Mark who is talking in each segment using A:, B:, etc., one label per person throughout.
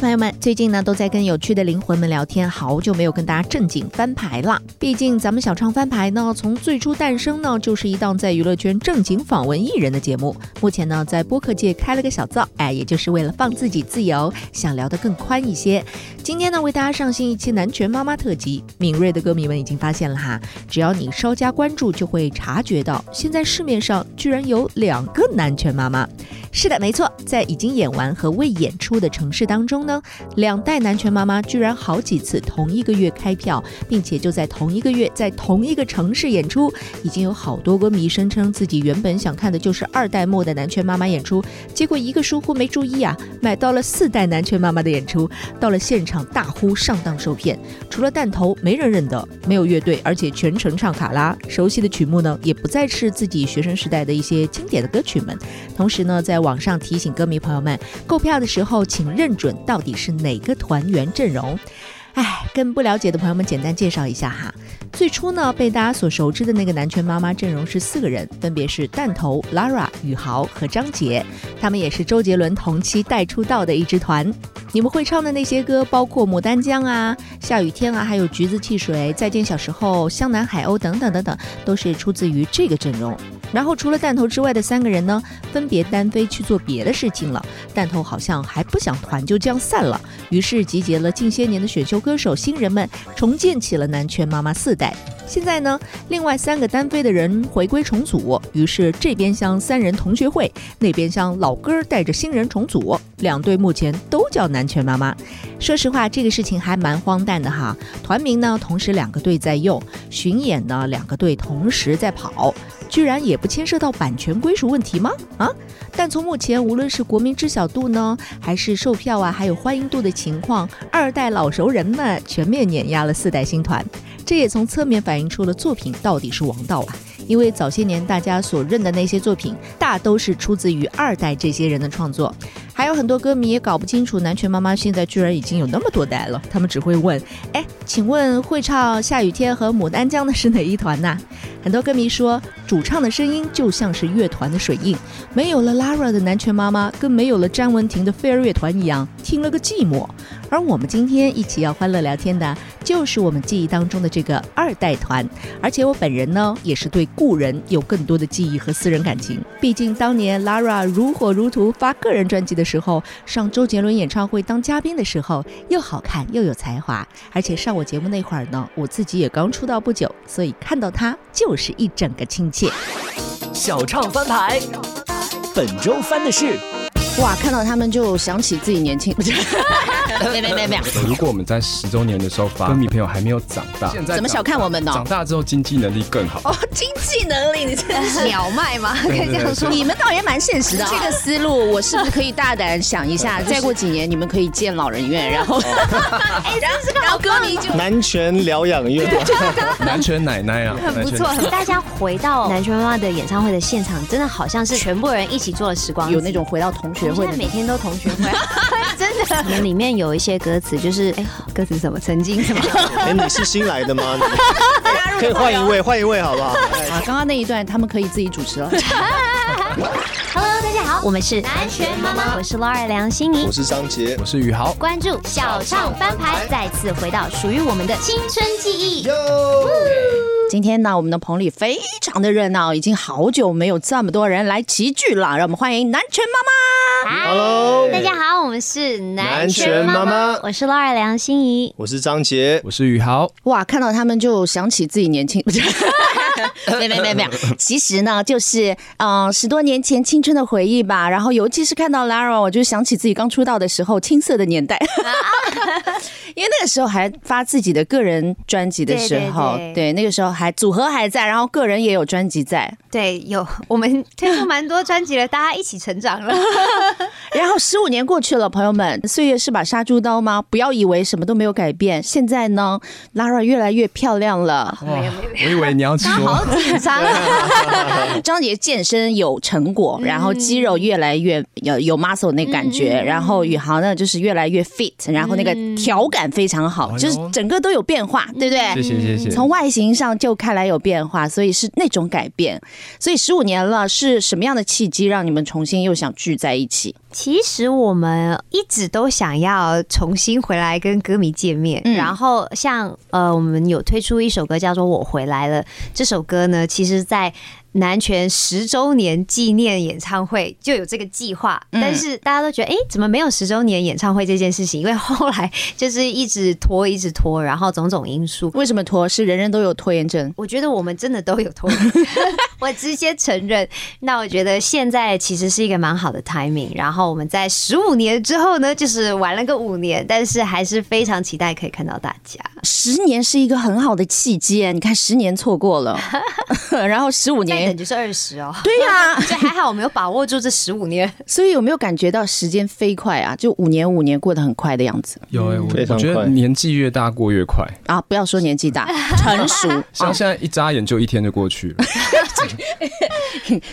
A: 朋友们，最近呢都在跟有趣的灵魂们聊天，好久没有跟大家正经翻牌啦。毕竟咱们小唱翻牌呢，从最初诞生呢，就是一档在娱乐圈正经访问艺人的节目。目前呢，在播客界开了个小灶，哎，也就是为了放自己自由，想聊得更宽一些。今天呢，为大家上新一期男权妈妈特辑。敏锐的歌迷们已经发现了哈，只要你稍加关注，就会察觉到，现在市面上居然有两个男权妈妈。是的，没错，在已经演完和未演出的城市当中呢，两代男权妈妈居然好几次同一个月开票，并且就在同一个月在同一个城市演出，已经有好多歌迷声称自己原本想看的就是二代目的男权妈妈演出，结果一个疏忽没注意啊，买到了四代男权妈妈的演出，到了现场大呼上当受骗，除了弹头没人认得，没有乐队，而且全程唱卡拉，熟悉的曲目呢也不再是自己学生时代的一些经典的歌曲们，同时呢，在网上提醒歌迷朋友们，购票的时候请认准到底是哪个团员阵容。哎，跟不了解的朋友们简单介绍一下哈。最初呢，被大家所熟知的那个男权妈妈阵容是四个人，分别是弹头、Lara、宇豪和张杰，他们也是周杰伦同期带出道的一支团。你们会唱的那些歌，包括《牡丹江》啊、《下雨天》啊，还有《橘子汽水》、《再见小时候》、《湘南海鸥》等等等等，都是出自于这个阵容。然后除了弹头之外的三个人呢，分别单飞去做别的事情了。弹头好像还不想团就这样散了，于是集结了近些年的选秀歌手新人们，重建起了男权妈妈四代。现在呢，另外三个单飞的人回归重组，于是这边厢三人同学会，那边厢老哥儿带着新人重组，两队目前都叫男权妈妈。说实话，这个事情还蛮荒诞的哈。团名呢，同时两个队在用，巡演呢，两个队同时在跑，居然也不牵涉到版权归属问题吗？啊！但从目前无论是国民知晓度呢，还是售票啊，还有欢迎度的情况，二代老熟人们全面碾压了四代新团。这也从侧面反映出了作品到底是王道啊。因为早些年大家所认的那些作品，大都是出自于二代这些人的创作。还有很多歌迷也搞不清楚，南拳妈妈现在居然已经有那么多代了，他们只会问：哎，请问会唱《下雨天》和《牡丹江》的是哪一团呐？很多歌迷说，主唱的声音就像是乐团的水印，没有了 Lara 的南拳妈妈，跟没有了詹雯婷的飞儿乐团一样，听了个寂寞。而我们今天一起要欢乐聊天的，就是我们记忆当中的这个二代团。而且我本人呢，也是对故人有更多的记忆和私人感情。毕竟当年 Lara 如火如荼发个人专辑的时候，上周杰伦演唱会当嘉宾的时候，又好看又有才华。而且上我节目那会儿呢，我自己也刚出道不久，所以看到他就是一整个亲切。
B: 小唱翻牌，本周翻的是
C: 哇，看到他们就想起自己年轻， 没没没没有，
D: 如果我们在十周年的时候发，歌迷朋友还没有长大，现在
C: 怎么小看我们呢
D: 长大之后经济能力更好，
C: 哦，经济能力，你真是
E: 秒卖吗？可以这 样说。
C: 你们倒也蛮现实的、
E: 啊
C: 这个思路我是不是可以大胆想一 下？再过几年你们可以建老人院，然后， 然后然后歌迷就
F: 男权疗 养院，
D: 南拳奶 奶啊，
E: 很不错，
D: 南拳
E: 大家回到南拳妈妈的演唱会的现场，真的好像是全部人一起做了时光机
C: 有那种回到同学
E: 我
C: 会
E: 们现在
C: 的。
E: 每天都同学会， 真的。你们里面有一些歌词，就是哎，歌词是什么曾经什么，
F: 哎，你是新来的吗？ 可以换一位，换一位好不好？哎
C: 啊，刚刚那一段他们可以自己主持了。
E: Hello，大家好，我们是南拳妈妈，我是 Laura 梁心怡
F: 我。是张杰
D: 我。是宇豪，
E: 关注小唱翻牌，再次回到属于我们的青春记忆。
C: 今天呢，我们的棚里非常的热闹，已经好久没有这么多人来齐聚了。让我们欢迎南拳妈
F: Hello，
E: 大家好，我们是
F: 南拳妈妈
E: 我是 Laura 梁心怡。
F: 我是张杰。
D: 我是宇豪，
C: 妈。哇，看到他们就想起自己年轻， 没没没没有。其实呢，就是嗯、呃十多年前青春的回忆吧。然后尤其是看到 Lara，我就想起自己刚出道的时候青涩的年代， 因为那个时候还发自己的个人专辑的时候，
E: 对对对
C: 那个时候还组合还在，然后个人也有专辑在。
E: 对，有我们推出蛮多专辑了，大家一起成长 了。
C: 然后十五年过去了，朋友们，岁月是把杀猪刀吗？不要以为什么都没有改变。现在呢，Lara 越来越漂亮了，
D: 哇，我以为你 要 说，
E: 紧张啊！
C: 张杰健身有成果，然后肌肉越来越有有 muscle 那感觉，然后宇豪呢就是越来越 fit，然后那个调感非常好，
D: 哎呦
C: 就是整个都有变化，对不
D: 谢
C: 对？
D: 谢谢谢，
C: 从外形上就看来有变化，所以是那种改变。所以十五年了，是什么样的契机让你们重新又想聚在一起？
E: 其实我们一直都想要重新回来跟歌迷见面，
C: 嗯
E: 然后像呃，我们有推出一首歌叫做《我回来了》，这首歌呢，其实在南拳十周年纪念演唱会就有这个计划，
C: 嗯
E: 但是大家都觉得，哎、怎么没有十周年演唱会这件事情？因为后来就是一直拖，一直拖，然后种种因素。
C: 为什么拖？是人人都有拖延症？
E: 我觉得我们真的都有 拖延，我直接承认。那我觉得现在其实是一个蛮好的 timing，然后我们在十五年之后呢，就是玩了个五年，但是还是非常期待可以看到大家。
C: 十年是一个很好的契机，你看十年错过了， 然后十五
E: 再等
C: 年，
E: 就是二十哦，
C: 对呀、
E: 这还好我们有把握住这十五年。
C: 所以有没有感觉到时间飞快啊？就五年五年过得很快的样子
D: 有哎、我
F: 非常
D: 我觉得
F: 快。
D: 年纪越大过越快，
C: 啊！不要说年 纪大，成熟
D: 像现在一眨眼就一天就过去了。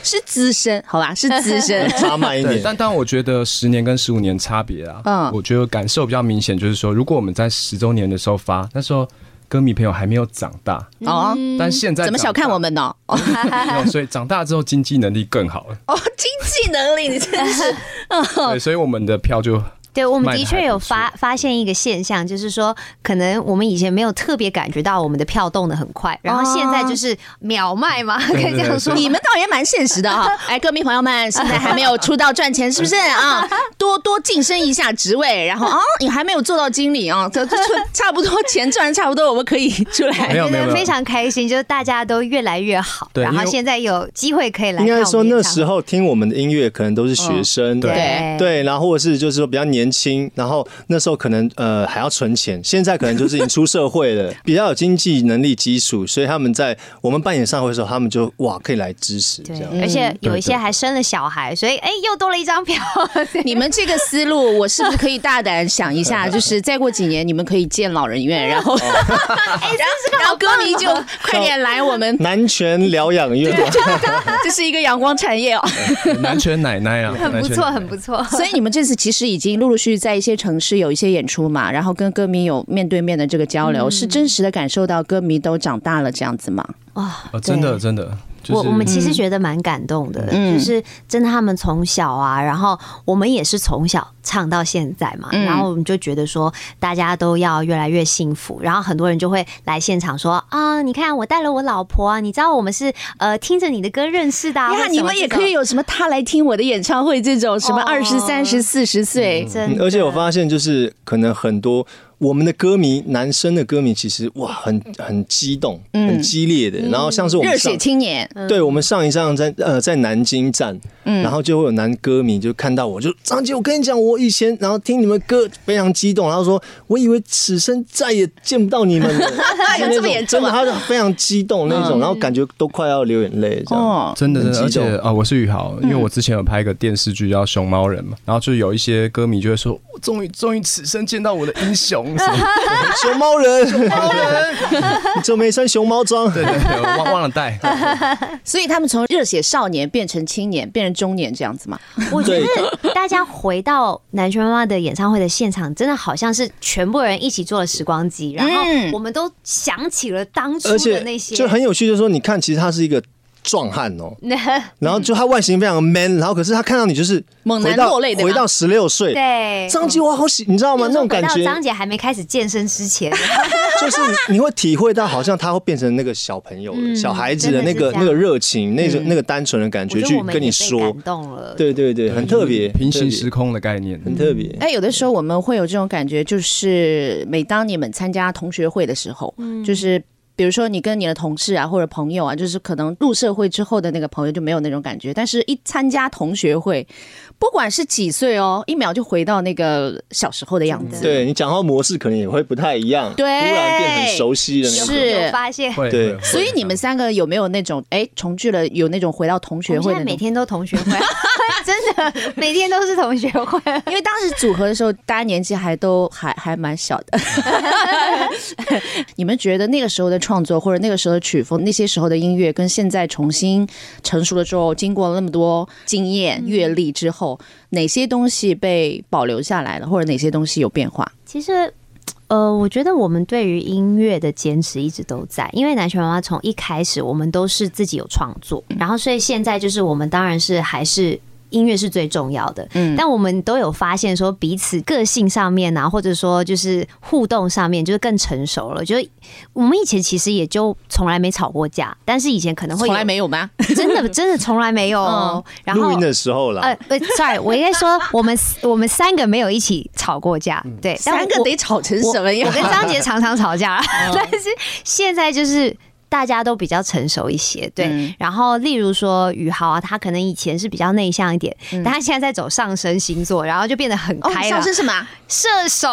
C: 是资深，好吧，是资 深
F: 插慢一
D: 对，
F: 点，
D: 但但我觉得十年跟十五年差别啊，
C: 嗯
D: 我觉得感受比较明显，就是说，如果我们在十周年的时候发，那时候歌迷朋友还没有长大，
C: 哦，
D: 但现在
C: 怎么小看我们
D: 们？
C: 呢？哦，
D: 没有所以长大之后经济能力更好了，
C: 哦经济能力，你真 的是
E: 哦
D: 对，所以我们的票就
E: 对，我们
D: 卖得
E: 的
D: 还
E: 确
D: 不
E: 有
D: 错
E: 发发现一个现象，就是说，可能我们以前没有特别感觉到我们的票动的很快，然后现在就是秒卖嘛，可以这样说。
C: 你们倒也蛮现实的 哈。哎，歌迷朋友们，现在还没有出道赚钱，是不是啊？多多晋升一下职位，然后啊，你还没有做到经理啊，这这这差不多钱赚差不多，我们可以出来。
D: 没有
E: 觉
D: 没有没
E: 得
D: 有
E: 哎非常开心，就是大家都越来越好，
D: 对
E: 然
D: 因
E: 后
D: 为
E: 现在有机会可以来
F: 应
E: 看我们
F: 该
E: 演唱
F: 说
E: 会。
F: 那时候听我们的音乐可能都是学
B: 嗯
F: 生，
D: 对
C: 对
F: 对，然后或者是就是说比较年轻，然后那时候可能呃还要存钱，现在可能就是已经出社 会了，比较有经济能力基础，所以他们在我们办演唱会的时候，他们就哇可以来支持这
E: 对
F: 样。，
E: 而且有
D: 对
E: 一些
D: 对
E: 还生了小孩，所以哎、又多了一张票。
C: 你们这个思路，我是不是可以大胆想一 下？就是再过几年，你们可以建老人院，然后，然
E: 哎
C: 后然后
E: 啊
C: 歌迷就快点来我们，
F: 南拳疗养院，啊
C: 这是一个阳光产业哦。
D: 南拳奶奶啊，
E: 很
D: 南
E: 不
D: 拳
E: 错，
D: 奶奶
E: 很不错。
C: 所以你们这次其实已经陆陆续续在一些城市有一些演出嘛，然后跟歌迷有面对面的这个交流，是真实的感受到歌迷都长大了这样子吗？
E: 哇、
D: 呃，真的
E: 对。
D: 真的，就
E: 我
D: 是
E: 我们其
C: 嗯
E: 实觉得蛮感动的，
F: 嗯
E: 就是真的他们从小啊，然后我们也是从小唱到现在嘛，
C: 嗯
E: 然后我们就觉得说大家都要越来越幸福，然后很多人就会来现场说啊，你看我带了我老婆啊，你知道我们是呃听着你的歌认识的、啊，或
C: 哎呀，
E: 者
C: 你
E: 什么
C: 们也
E: 这种
C: 可以有什么他来听我的演唱会这种什么
E: 哦
C: 二十三十四十岁，
E: 真的
F: 嗯而
C: 啊
F: 且我发现就是可能很多我们的歌迷，男生的歌迷其实哇很很激动，很激烈的。然后像是我们
C: 嗯热
F: 上
C: 血青年，
F: 对，我们上一站在呃在南京站，
C: 嗯
F: 然后就会有男歌迷就看到我，就张杰，我跟你讲，我以前然后听你们歌非常激动，然后说我以为此生再也见不到你 们了，是那
C: 有这么
F: 种
C: 严
F: 真
C: 重
F: 的，
C: 啊？嗯
F: 他就非常激动那种，然后感觉都快要流眼泪这样。
C: 哦，
D: 真的真的，
F: 很
D: 而
F: 激
D: 且
F: 动
D: 啊、呃我是宇豪，
E: 嗯
D: 因为我之前有拍一个电视剧叫《熊猫人》嘛，然后就有一些歌迷就会说，我终于终于此生见到我的英雄，什么
F: 熊猫人，
D: 猫人，
F: 你怎么没穿熊猫装？
D: 对对对，忘忘了 带，
C: 所以他们从热血少年变成青年，变成中年这样子嘛？
E: 我觉
F: 对
E: 得大家回到南拳妈妈的演唱会的现场，真的好像是全部人一起坐了时光机，然后我们都想起了当
F: 嗯
E: 初
F: 而
E: 的
F: 且
E: 那些，
F: 就很有趣，就是说，你看，其实他是一个壮汉 哦，然后就他外形非常 man，然后可是他看到你就是
C: 猛男
F: 回到
C: 落泪对吧
F: 回到十六岁，
E: 对
F: 张杰我好喜，你知道哦吗？那种感
E: 比如说回
F: 觉
E: 到张姐还没开始健身之 前，
F: 就是你会体会到，好像他会变成那个小朋友的、
E: 嗯
F: 小孩子的那
E: 真
F: 个
E: 的是这样嗯
F: 那个热情，那种那个单纯的感
E: 我
F: 觉
E: 觉得
F: 去
E: 我们
F: 跟你
E: 也被
F: 说
E: 感，动了。
F: 对对对，很特别，
D: 平行
F: 很
D: 时空的概念，
F: 特别，
E: 嗯
F: 很特别。
C: 哎，有的时候我们会有这种感觉，就是每当你们参加同学会的时候，
E: 嗯
C: 就是比如说你跟你的同事啊或者朋友啊，就是可能入社会之后的那个朋友就没有那种感觉，但是一参加同学会，不管是几岁哦，一秒就回到那个小时候的样子。
F: 对你讲话模式可能也会不太一样，
C: 对
F: 突然变很熟悉的那种。
C: 是
E: 有发现。
D: 会，
F: 对
D: 会
C: 所以你们三个有没有那种哎重聚了，有那种回到同
E: 我
C: 学
E: 们
C: 会
E: 现
C: 的
E: 在
C: 那
E: 每
C: 种？
E: 天都同学会， 真的每天都是同学会。
C: 因为当时组合的时候，大家年纪还都还还蛮小的。 你们觉得那个时候的创作，或者那个时候的曲风，那些时候的音乐，跟现在重新成熟了之后，经过了那么多经验、阅历之后，哪些东西被保留下来了，或者哪些东西有变化？
E: 其实，呃，我觉得我们对于音乐的坚持一直都在，因为南拳妈妈
C: 嗯
E: 从一开始我们都是自己有创作，然后所以现在就是我们当然是还是。音乐是最重要的。
C: 嗯
E: 但我们都有发现说彼此个性上面啊，或者说就是互动上面，就是更成熟了。就是我们以前其实也就从来没吵过架，但是以前可能会
C: 从来
E: 有
C: 没嗯有吗？
E: 真的真的从来没 有哦。然
F: 录
E: 后
F: 音的时候啦，
E: 呃，不，sorry，我应该说我们我们三个没有一起吵过架，
F: 嗯
E: 对，但我
C: 三个得吵成什么样
E: 我？跟张 杰常常吵架，
C: 哦
E: 但是现在就是。大家都比较成熟一些，对。
C: 嗯
E: 然后，例如说宇豪啊，他可能以前是比较内向一点，但他现在在走上升星座，然后就变得很
C: 嗯哦，
E: 开
C: 你
E: 朗，
C: 上升什哦么啊？
E: 射手，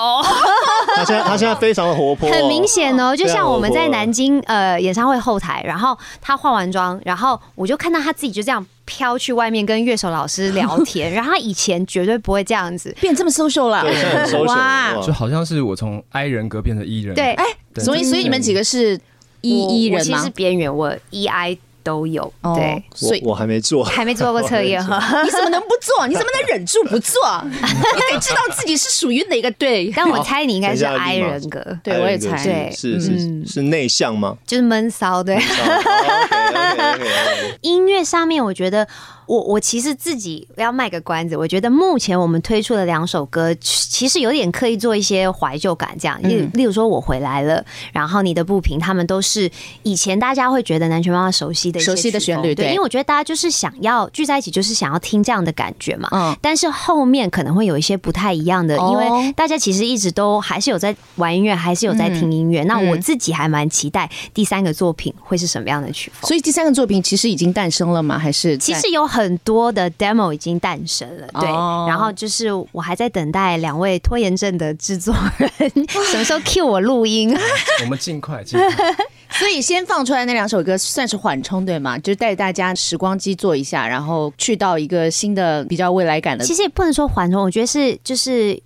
F: 他现在他现在非常的活泼哦，
E: 很明显哦。就
F: 对啊
E: 像我们在
F: 我
E: 南京呃演唱会后台，然后他化完妆，然后我就看到他自己就这样飘去外面跟乐手老师 聊天，然后他以前绝对不会这样子，
C: 变这么 social 了
F: 对，现在很 social，哇，
D: 就好像是我从 I 人格变成 E 人格，
E: 对，
D: 对，
C: 所以，所以你们几个是
E: 我
C: 哎一一
E: 我
C: 人
E: 其实
C: 吗
E: 是？边缘，我 E I 都有，
C: 哦
E: 对。
C: 所以
F: 我我还没做，
E: 还没做过测 验哈。
C: 你怎么能不做？你怎么能忍住不做？ 你得知道自己是属于哪个队。
E: 但我猜你应该是
F: 等一下
E: I
F: 立马
E: 人格，
C: 对我也猜
E: 对嗯
F: 是是是是内向 吗？哦
E: 就是闷骚。对，
F: 嗯 OK，OK，OK，OK
E: 音乐上面，我觉得我我其实自己要卖个关子，我觉得目前我们推出的两首歌，其其实有点刻意做一些怀旧感，这样。例如例如说我回来了，然后你的不平，他们都是以前大家会觉得南拳妈妈熟悉的一些
C: 熟悉的
E: 曲风
C: 旋律
E: 对，
C: 对
E: 因为我觉得大家就是想要聚在一起，就是想要听这样的感觉嘛。
C: 嗯，
E: 但是后面可能会有一些不太一样的，
C: 哦
E: 因为大家其实一直都还是有在玩音乐，还是有在听音乐。
C: 嗯
E: 那我自己还蛮期待第三个作品会是什么样的曲风。
C: 所以第三个作品其实已经诞生了吗？还是
E: 其
C: 在
E: 实有很多的 demo 已经诞生了，对。
C: 哦
E: 然后就是我还在等待两位拖延症的制作人 什 么时候 cue 我录音。
D: 我们尽快尽快。
C: 所以先放出来那两首歌算是缓冲对吗？就是带大家时光机做一下，然后去到一个新的比较未来感的。
E: 其实也不能说缓冲，我觉得是就是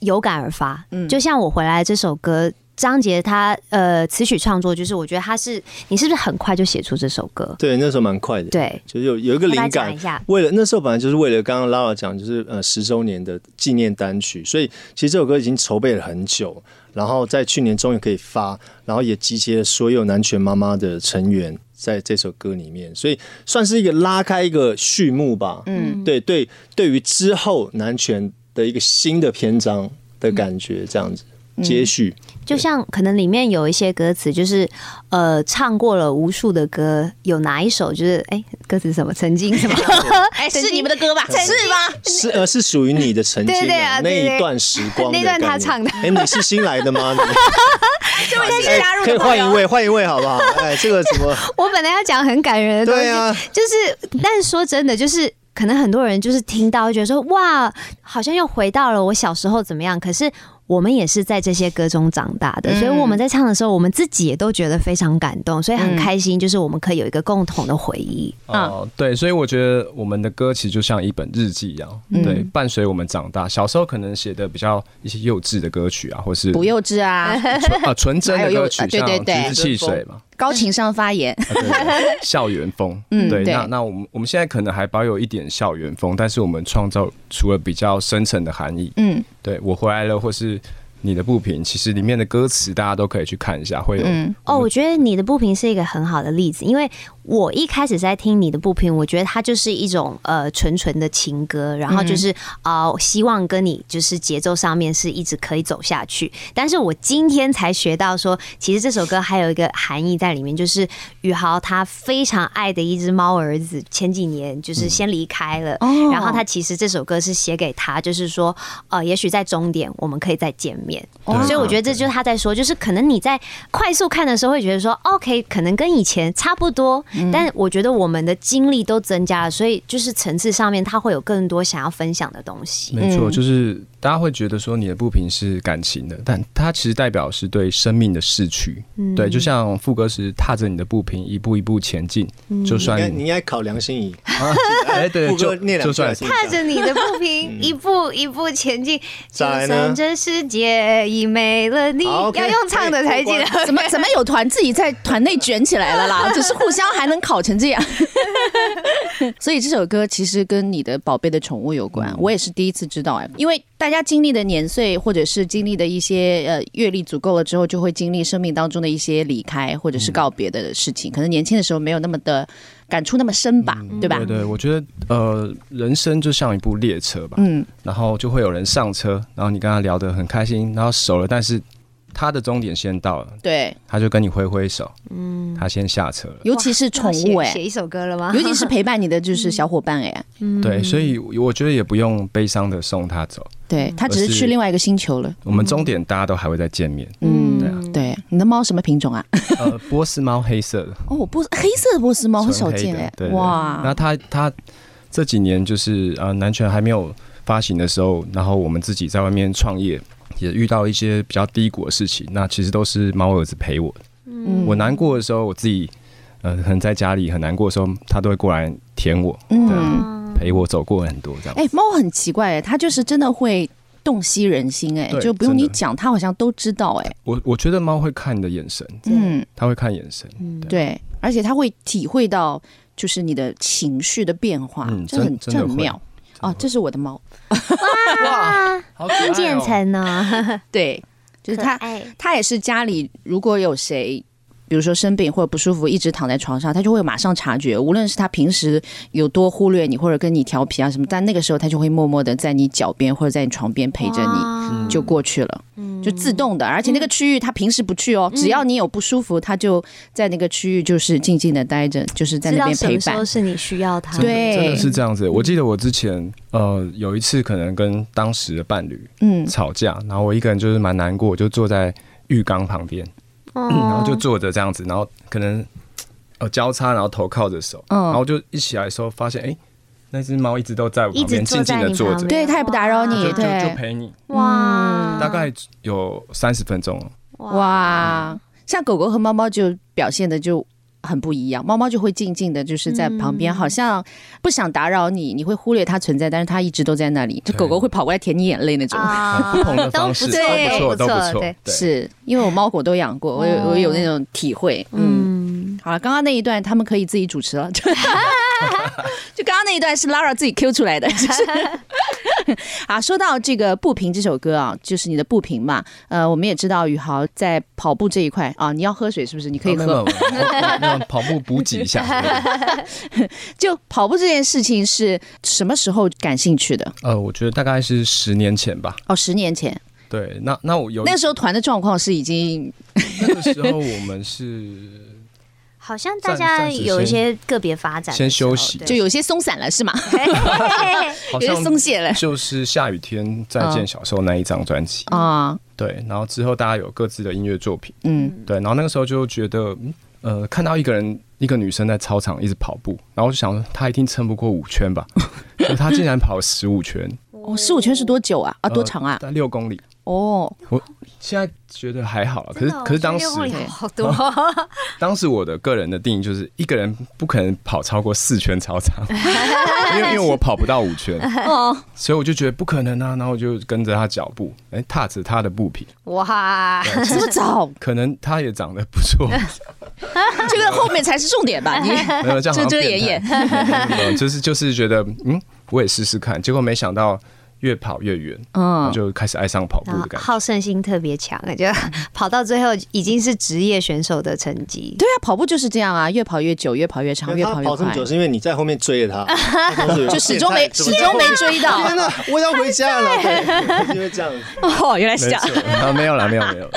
E: 有感而发。
C: 嗯
E: 就像我回来这首歌，张杰他呃词曲创作，就是我觉得他是你是不是很快就写出这首歌？
F: 对，那时候蛮快的，
E: 对，
F: 就是有有一个
E: 要不要
F: 灵
E: 讲
F: 感
E: 一，下？
F: 为了那时候本来就是为了刚刚拉拉讲，就是呃十周年的纪念单曲，所以其实这首歌已经筹备了很久，然后在去年终于可以发，然后也集结了所有南拳妈妈的成员在这首歌里面，所以算是一个拉开一个序幕吧。嗯，对对，对于之后南拳的一个新的篇章的感觉，这样子接续。
E: 就像可能里面有一些歌词，就是呃唱过了无数的歌，有哪一首就是哎、歌词是什么曾经 什么？
C: 哎，
E: 曾
C: 是
E: 经
C: 你们的歌吧？是吗？
F: 是呃，是属于你的曾经
E: 对
F: 的
E: 对啊
F: 那
E: 对对
F: 一段时光的
E: 那段
F: 概
E: 他
F: 念
E: 唱的
F: 哎，你是新来的 吗？你
C: 这位新
F: 哎
C: 加入
F: 可以
C: 的朋
F: 换
C: 友
F: 一，位，换一位好不好？哎，这个怎么？
E: 我本来要讲很感人的东西，
F: 对啊
E: 就是但是说真的，就是可能很多人就是听到会觉得说哇，好像又回到了我小时候怎么样，可是。我们也是在这些歌中长大
F: 嗯
E: 的，所以我们在唱的时候，我们自己也都觉得非常感动，所
F: 嗯
E: 以很开心，就是我们可以有一个共同的回忆。
C: 嗯
D: 哦，对，所以我觉得我们的歌其实就像一本日记一样，
C: 嗯
D: 对，伴随我们长大。小时候可能写的比较一些幼稚的歌曲啊，或是
C: 不幼稚 啊，
D: 纯啊纯真的歌曲
C: 还，有
D: 像
C: 幼啊对对对
D: 橘子汽水嘛，
C: 高情商发言。
D: 啊对对 校园风。
C: 嗯
D: 对，
C: 对
D: 那那我们我们现在可能还保有一点校园风，但是我们创造出了比较深层的含义。
C: 嗯，
D: 对我回来了，或是你的不平，其实里面的歌词大家都可以去看一下，会有
C: 嗯
E: 哦，我觉得你的不平是一个很好的例子，因为我一开始在听你的不平，我觉得它就是一种呃纯纯的情歌，然后就是啊、呃希望跟你就是节奏上面是一直可以走下去。但是我今天才学到说，其实这首歌还有一个含义在里面，就是宇豪他非常爱的一只猫儿子，前几年就是先离开了，
C: 哦
F: 嗯
E: 然后他其实这首歌是写给他，就是说呃，也许在终点我们可以再见面。
F: 哦
D: 对
E: 所以我觉得这就是他在说，就是可能你在快速看的时候会觉得说，OK，可能跟以前差不多，
F: 嗯
E: 但我觉得我们的经历都增加了，所以就是层次上面他会有更多想要分享的东 西。
D: 没错，就是大家会觉得说你的不平是感情的，但它其实代表是对生命的逝去。对，就像副歌时踏着你的不平，一步一步前进，就
F: 你应
D: 算
F: 该你应该考梁心怡，
D: 啊， 哎，对，
F: 副
D: 就
F: 歌念两
D: 就
F: 句啊来
D: 算
F: 听一
E: 踏
F: 下。
E: 着你的不平，一步一步前进，就
F: 再嗯来呢
E: 算这世界已没了你，
F: 好，OK，哎
E: 要用唱的才 记得。
C: 怎么怎么有团自己在团内卷起来了啦？只是互相还能考成这样，所以这首歌其实跟你的宝贝的宠物有关。我也是第一次知道哎、因为大家经历的年岁或者是经历的一些呃阅历足够了之后，就会经历生命当中的一些离开或者是告别的事情。可能年轻的时候没有那么的感触那么深吧，对吧？
D: 对对，我觉得呃，人生就像一部列车吧，
C: 嗯，
D: 然后就会有人上车，然后你跟他聊得很开心，然后熟了，但是他的终点先到了，
C: 对，
D: 他就跟你挥挥手，嗯，他先下车了。
C: 尤其是宠物哎、
E: 写一首歌了吗？
C: 尤其是陪伴你的就是小伙伴哎、
D: 对，所以我觉得也不用悲伤的送他走，
C: 对，它只是
D: 而是
C: 去另外一个星球了。
D: 我们终点大家都还会再见面。
C: 嗯，
D: 对啊
C: 对，你的猫什么品种啊？
D: 呃，波斯猫黑色的，
C: 哦，波斯黑色的波斯猫很少
D: 纯黑
C: 见
D: 的
C: 哎、
D: 对对那
C: 哇，
D: 他他这几年就是呃，南拳还没有发行的时候，然后我们自己在外面创业，也遇到一些比较低谷的事情。那其实都是猫儿子陪我的。
C: 嗯
D: 我难过的时候，我自己呃，可能在家里很难过的时候，他都会过来舔我，
C: 嗯，
D: 陪我走过很多这样。
C: 哎、猫很奇怪哎、它就是真的会洞悉人心哎、
D: 对
C: 就不用你
D: 真的
C: 讲，它好像都知道哎、
D: 我我觉得猫会看你的眼神，
C: 嗯，
D: 它会看眼神。
C: 对，而且它会体会到就是你的情绪的变化，
D: 嗯
C: 这很
D: 真真的
C: 这很
D: 会
C: 妙。哦，这是我的猫，
D: 哇，好可爱哦
E: 关键才呢，
C: 对，
F: 哎
C: 就是它
E: 可，爱
C: 它也是家里如果有谁。比如说生病或者不舒服，一直躺在床上，它就会马上察觉。无论是它平时有多忽略你，或者跟你调皮啊什么，但那个时候它就会默默的在你脚边或者在你床边陪着
D: 啊
C: 你，
E: 你
C: 就过去了，就自动的。而且那个区域它平时不去哦，只要你有不舒
D: 嗯
C: 服，它就在那个区域就是静静的待着，就是在
E: 知
C: 那
E: 道
C: 边
E: 什
C: 陪
E: 么时
C: 伴
E: 候。是你需要他。
C: 对
D: 真的是这样子。我记得我之前呃有一次可能跟当时的伴侣
C: 嗯，
D: 吵架，然后我一个人就是蛮难过，我就坐在浴缸旁边，然后就坐着这样子，然后可能呃交叉，然后头靠着手，
C: 嗯
D: 然后就一起来的时候发现，哎、那只猫一直都在我
E: 一
D: 旁
E: 直
D: 边
E: 坐
D: 静静
E: 在
D: 的
E: 你
D: 坐
E: 旁
D: 着
E: 边，，
C: 对它也不打扰你
D: 就就
C: 对
D: 就陪你，
E: 哇，
D: 大概有三十分钟了。
C: 哇，像狗狗和猫猫就表现的就很不一样，猫猫就会静静的，就是在旁边，好像不想打扰你，你会忽略它存在，但是它一直都在那里。这
D: 对
C: 狗狗会跑过来舔你眼泪那种。
D: 呃
E: 啊
D: 不同的
E: 都
D: 方
E: 不
D: 式
E: 错，
D: 都不错，都
E: 都
D: 不错，
E: 对，
D: 对
C: 是因为我猫狗都养过，我有我有那种体会。嗯，
E: 嗯，
C: 好了，刚刚那一段他们可以自己主持了。 就刚刚那一段是 Lara 自己 Q 出来的。就是 啊，说到这个步频这首歌啊，就是你的步频嘛。呃，我们也知道宇豪在跑步这一块啊，你要喝水是不是？你可以
D: 没
C: 喝。
D: 哦有没有，没有我啊 那种跑步补给一下。对
C: 就跑步这件事情是什么时候感兴趣的？
D: 呃，我觉得大概是十年前吧。
C: 哦，十年前，
D: 对，那那我有
C: 那时候团的状况是已经
D: 那个时候我们是
E: 好像大
D: 暂
E: 家
D: 暂时
E: 有一
D: 先
E: 些个别发展的时候，
D: 先休息
E: 对
C: 就有些松散了，是吗？有
D: 好
C: 些
D: 像
C: 松懈了
D: 就是下雨天再
E: 嗯
D: 见小时候那一张专辑，
C: 啊，
D: 对，然后之后大家有各自的音乐作品，
C: 嗯
D: 对，然后那个时候就觉得，嗯呃，看到一个人一个女生在操场一直跑步，然后我就想说她一定撑不过五圈吧，就她竟然跑十五 圈，
C: 哦，十五圈是多久啊？啊，
D: 啊
C: 多长啊？
D: 大概六公里，
C: 哦，
D: 我现在觉得还好了，可
E: 真
D: 是
E: 的哦
D: 可是当
E: 我觉
D: 时
E: 得六公里好多，
D: 当时我的个人的定义就是一个人不可能跑超过四圈操场， 因为因为我跑不到五圈，
E: 哦
D: 所以我就觉得不可能啊，然后我就跟着他脚步，哎、踏着他的步频，
E: 哇，
C: 这么 早，
D: 可能他也长得 不错，
C: 这个后面才是重点吧？ 你
D: 没有这
C: 遮
D: 样好像
C: 遮掩
D: 变
C: 掩，
D: 态 没有没有就是就是觉得嗯，我也试试看，结果没想到越跑越远，
C: 嗯，啊
D: 就开始爱上跑步
E: 然后
D: 的感觉。
E: 好胜心特别强，啊就
D: 嗯
E: 跑到最后已经是职业选手的成 绩。
C: 对啊，跑步就是这样啊，越跑越久，越跑越长，越
F: 他
C: 跑越
F: 跑这么
C: 快，
F: 久是因为你在后面追着他，他同时有哎
C: 就始终没
F: 变态
C: 始终没追到。
F: 天哪，我要回家 了，对因为这样子。
C: 哦，原来是这样，
D: 啊，没有啦，没有 没有，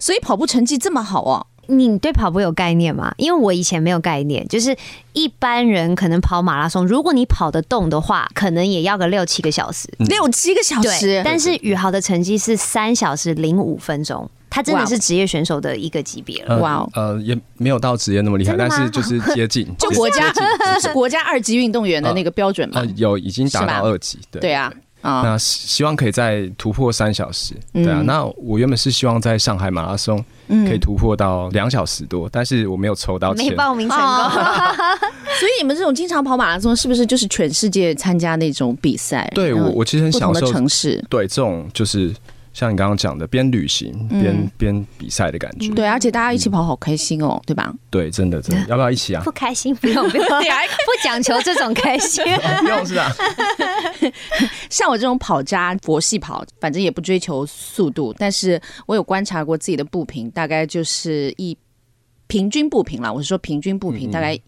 C: 所以跑步成绩这么好哦。
E: 你对跑步有概念吗？因为我以前没有概念，就是一般人可能跑马拉松，如果你跑得动的话，可能也要个六七个小时。
D: 嗯
C: 六七个小时
E: 对，，但是宇豪的成绩是三小时零五分钟，他真
C: 哇
E: 的
C: 哦
E: 是职业选手的一个级别了。
C: 哇哦
D: 呃，也没有到职业那么厉害，
E: 真的
D: 但
E: 吗
D: 是就是接近，
C: 就
D: 接
C: 国 家
D: 接近接近
C: 国家二级运动员的那个标准嘛
D: 啊，，有已经达
C: 是吧
D: 到二级，对
C: 对啊，啊，
D: 那希希望可以再突破三小时，
C: 嗯
D: 对啊。那我原本是希望在上海马拉松可以突破到两小时多，但是我没有抽到
E: 没
D: 签。
E: 报名成功，
C: 所以你们这种经常跑马拉松，是不是就是全世界参加那种比赛？
D: 对
C: 然
D: 我，
C: 后
D: 我其实很
C: 不同
D: 享
C: 的
D: 受
C: 城市。
D: 对这种就是像你刚刚讲的，边旅行边边比赛的感觉。
C: 对，而且大家一起跑好开心哦，对吧？
D: 对，真的真的，要不要一起啊
E: 不？开心不用不用，不讲求这种开心。
D: 不用是吧？
C: 像我这种跑渣，佛系跑，反正也不追求速度，但是我有观察过自己的步频，大概就是一平均步频啦。我是说平均步频，大概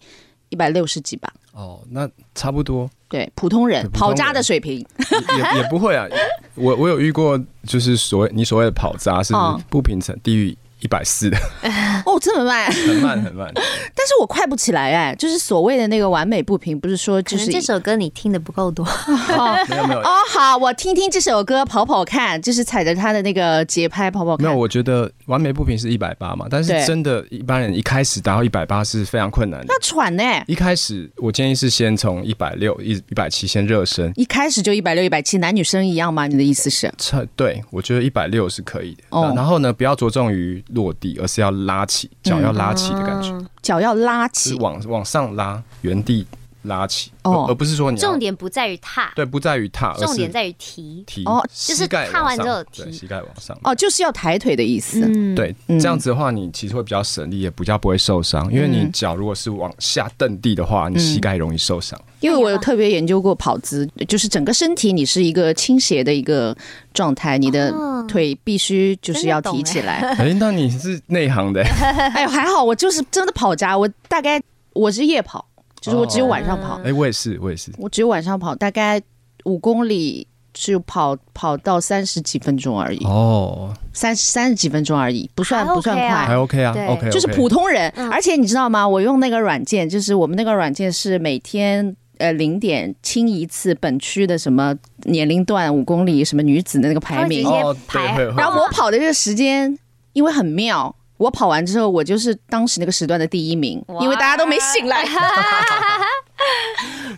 C: 一百六十几吧，
D: 哦，那差不多
C: 对，普通人
D: 对普通
C: 跑渣的
D: 人
C: 水平，
D: 也也不会啊。我我有遇过，就是所谓你所谓的跑渣是
C: 嗯
D: 不平层地狱一百四的，
C: 哦，这么慢，
D: 很慢很慢。
C: 但是我快不起来哎、就是所谓的那个完美不平，不是说
E: 可
C: 就
E: 能
C: 是
E: 这首歌你听的不够多，
C: 哦
D: 没有没有
C: 哦好，我听听这首歌跑跑看，就是踩着他的那个节拍跑跑
D: 没
C: 看。
D: 有，我觉得完美不平是一百八嘛，但是
C: 对
D: 真的，一般人一开始达到一百八是非常困难的
C: 要。喘呢、
D: 一开始我建议是先从一百六、一一百七先热身。
C: 一开始就一百六一百七，男女生一样吗？你的意思是？
D: 差对，我觉得一百六是可以的。
C: 哦
D: 然后呢，不要着重于落地，而是要拉起脚，
C: 嗯
D: 要拉起的感觉，
E: 啊
C: 脚要拉
D: 是
C: 起，
D: 往往上拉，原地拉起，
C: 哦
D: 而而不是说你要
E: 重点不在于踏，
D: 对，不在于踏，而是
E: 重点在于提。
D: 提
C: 哦
E: 就是
D: 膝盖
E: 踏
D: 往
E: 完
D: 上
E: 之后提
D: 对，膝盖往上。
C: 哦，就是要抬腿的意思。
E: 嗯，
D: 对，这样子的话，你其实会比较省力，也比较不会受伤。因为你
C: 嗯
D: 脚如果是往下蹬地的话，你膝盖容易受伤。
C: 因为我有特别研究过跑姿，就是整个身体你是一个倾斜的一个状态，你的
E: 哦
C: 腿必须就是要提起来。
D: 哎、那你是内行 的、欸，
C: 哎呦，还好我就是真的跑渣，我大概我是夜跑，就是我只有晚上跑，
D: 哎、我也是，我也 是。
C: 我只有晚上跑，大概五公里就跑跑到三十几分钟而已，
D: 哦，三
C: 三三十几分钟而已，不算
E: 还
C: 不算
E: OK 啊
C: 快
D: 还。OK 啊
E: 对
D: ，OK，
C: 就是普通人。而且你知道吗？我用那个软件，就是我们那个软件是每天。呃，零点清一次本区的什么年龄段五公里什么女子的那个排名
E: 它，会直接
D: 哦，对，
E: 排
D: 会会
C: 然。后我跑的这个时间，因为很妙，我跑完之后我就是当时那个时段的第一名，因为大家都没醒来。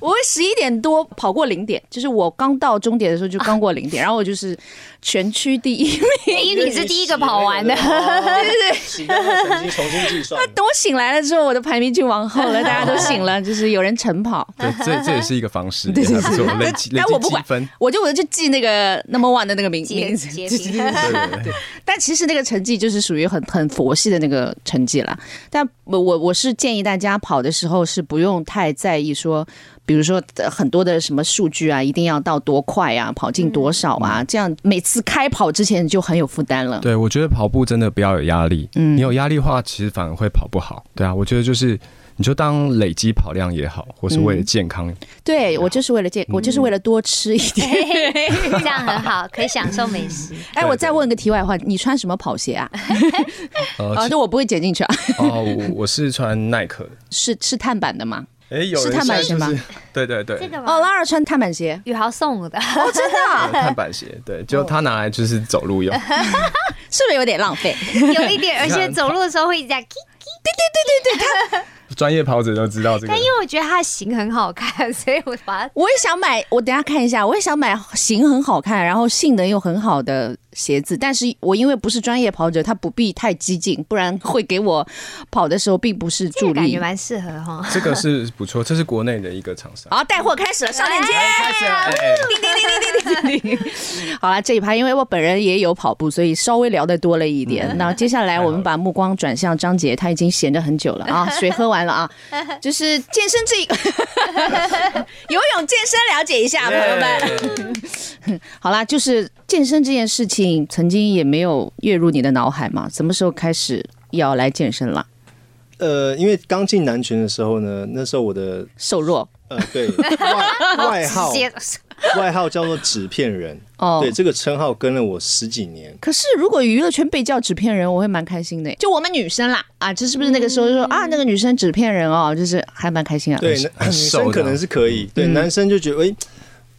C: 我十一点多跑过零点，就是我刚到终点的时候就刚过零点，然后我就是全区第一名。
E: 因为你是第一个跑完的，
F: 对对对，洗掉那个神经重新计算。
C: 等我醒来了之后，我的排名就往后了，大家都醒了，就是有人晨跑。
D: 对，这这也是一个方 式，也还不错，累积累
C: 但我不
D: 积积
C: 管
D: 分。
C: 我就我就记那个 number one 的那个名
E: 截
C: 名字，
E: 截
C: 对
E: 屏
C: 对对
D: 对对对，
C: 但其实那个成绩就是属于很很佛系的那个成绩啦。但我我我是建议大家跑的时候是不用太在意说，比如说呃很多的什么数据啊，一定要到多快啊，跑进多少啊，这样每次开跑之前你就很有负担了。
D: 对我觉得跑步真的不要有压力，
C: 嗯
D: 你有压力的话，其实反而会跑不好。对啊，我觉得就是你就当累积跑量也好，或是
C: 嗯
D: 为了健康，
C: 对我就是为了这，我就是为了多吃一点。
E: 这样很好，可以享受美食。
C: 哎，
D: 对
C: 我再问个题外话，你穿什么跑 鞋啊？
D: 呃，
C: 啊，
D: 其
C: 这我不会剪进去啊，
D: 哦，我我是穿耐克的。
C: 是是碳板的吗？
D: 哎，有
C: 是
D: 人
C: 碳板
D: 现在
C: 鞋
D: 就是？ 对对对，
E: 个
C: 哦，拉尔穿碳板鞋。
E: 宇豪送我的，
C: 啊
D: 呃碳板鞋，对，就
C: 哦
D: 他拿来就是走路用。
C: 是不是有点浪费？
E: 有一点，而且走路的时候会这样。
D: 专业跑者都知道这个
E: 但因。为我觉得他的型很好看，所以我把它
C: 我也想买，我等一下看一下，我也想买型很好看，然后性能又很好的鞋子，但是我因为不是专业跑者，它不必太激进，不然会给我跑的时候并不是
E: 这
C: 助
E: 个感觉
C: 力。
E: 蛮适合哈。
D: 这个是不错，这是国内的一个厂商。
C: 好，带货开始了，上链接。
D: 开始啊，哎，
C: 好了，这一趴因为我本人也有跑步，所以稍微聊得多了一点。那接下来我们把目光转向张杰，他已经闲着很久了啊，水喝完了啊，就是健身这一 游泳健身了解一下，朋友们。 好啦，就是健身这件事情，曾经也没有跃入你的脑海嘛？什么时候开始要来健身了？
F: 呃，因为刚进男群的时候呢，那时候我的
C: 瘦弱
F: 呃，对外外号
E: 直接
F: 外号叫做纸片人，
C: 哦
F: 对，。这个称号跟了我十几年。
C: 可是如果娱乐圈被叫纸片人，我会蛮开心的。就我们女生啦，啊，这是不是那个时候就说、
E: 嗯
C: 啊，那个女生纸片人哦，就是还蛮开心啊。
F: 对，
D: 很
F: 那女
D: 瘦
F: 生
D: 的
F: 可能是可以，对，男生就觉得，哎，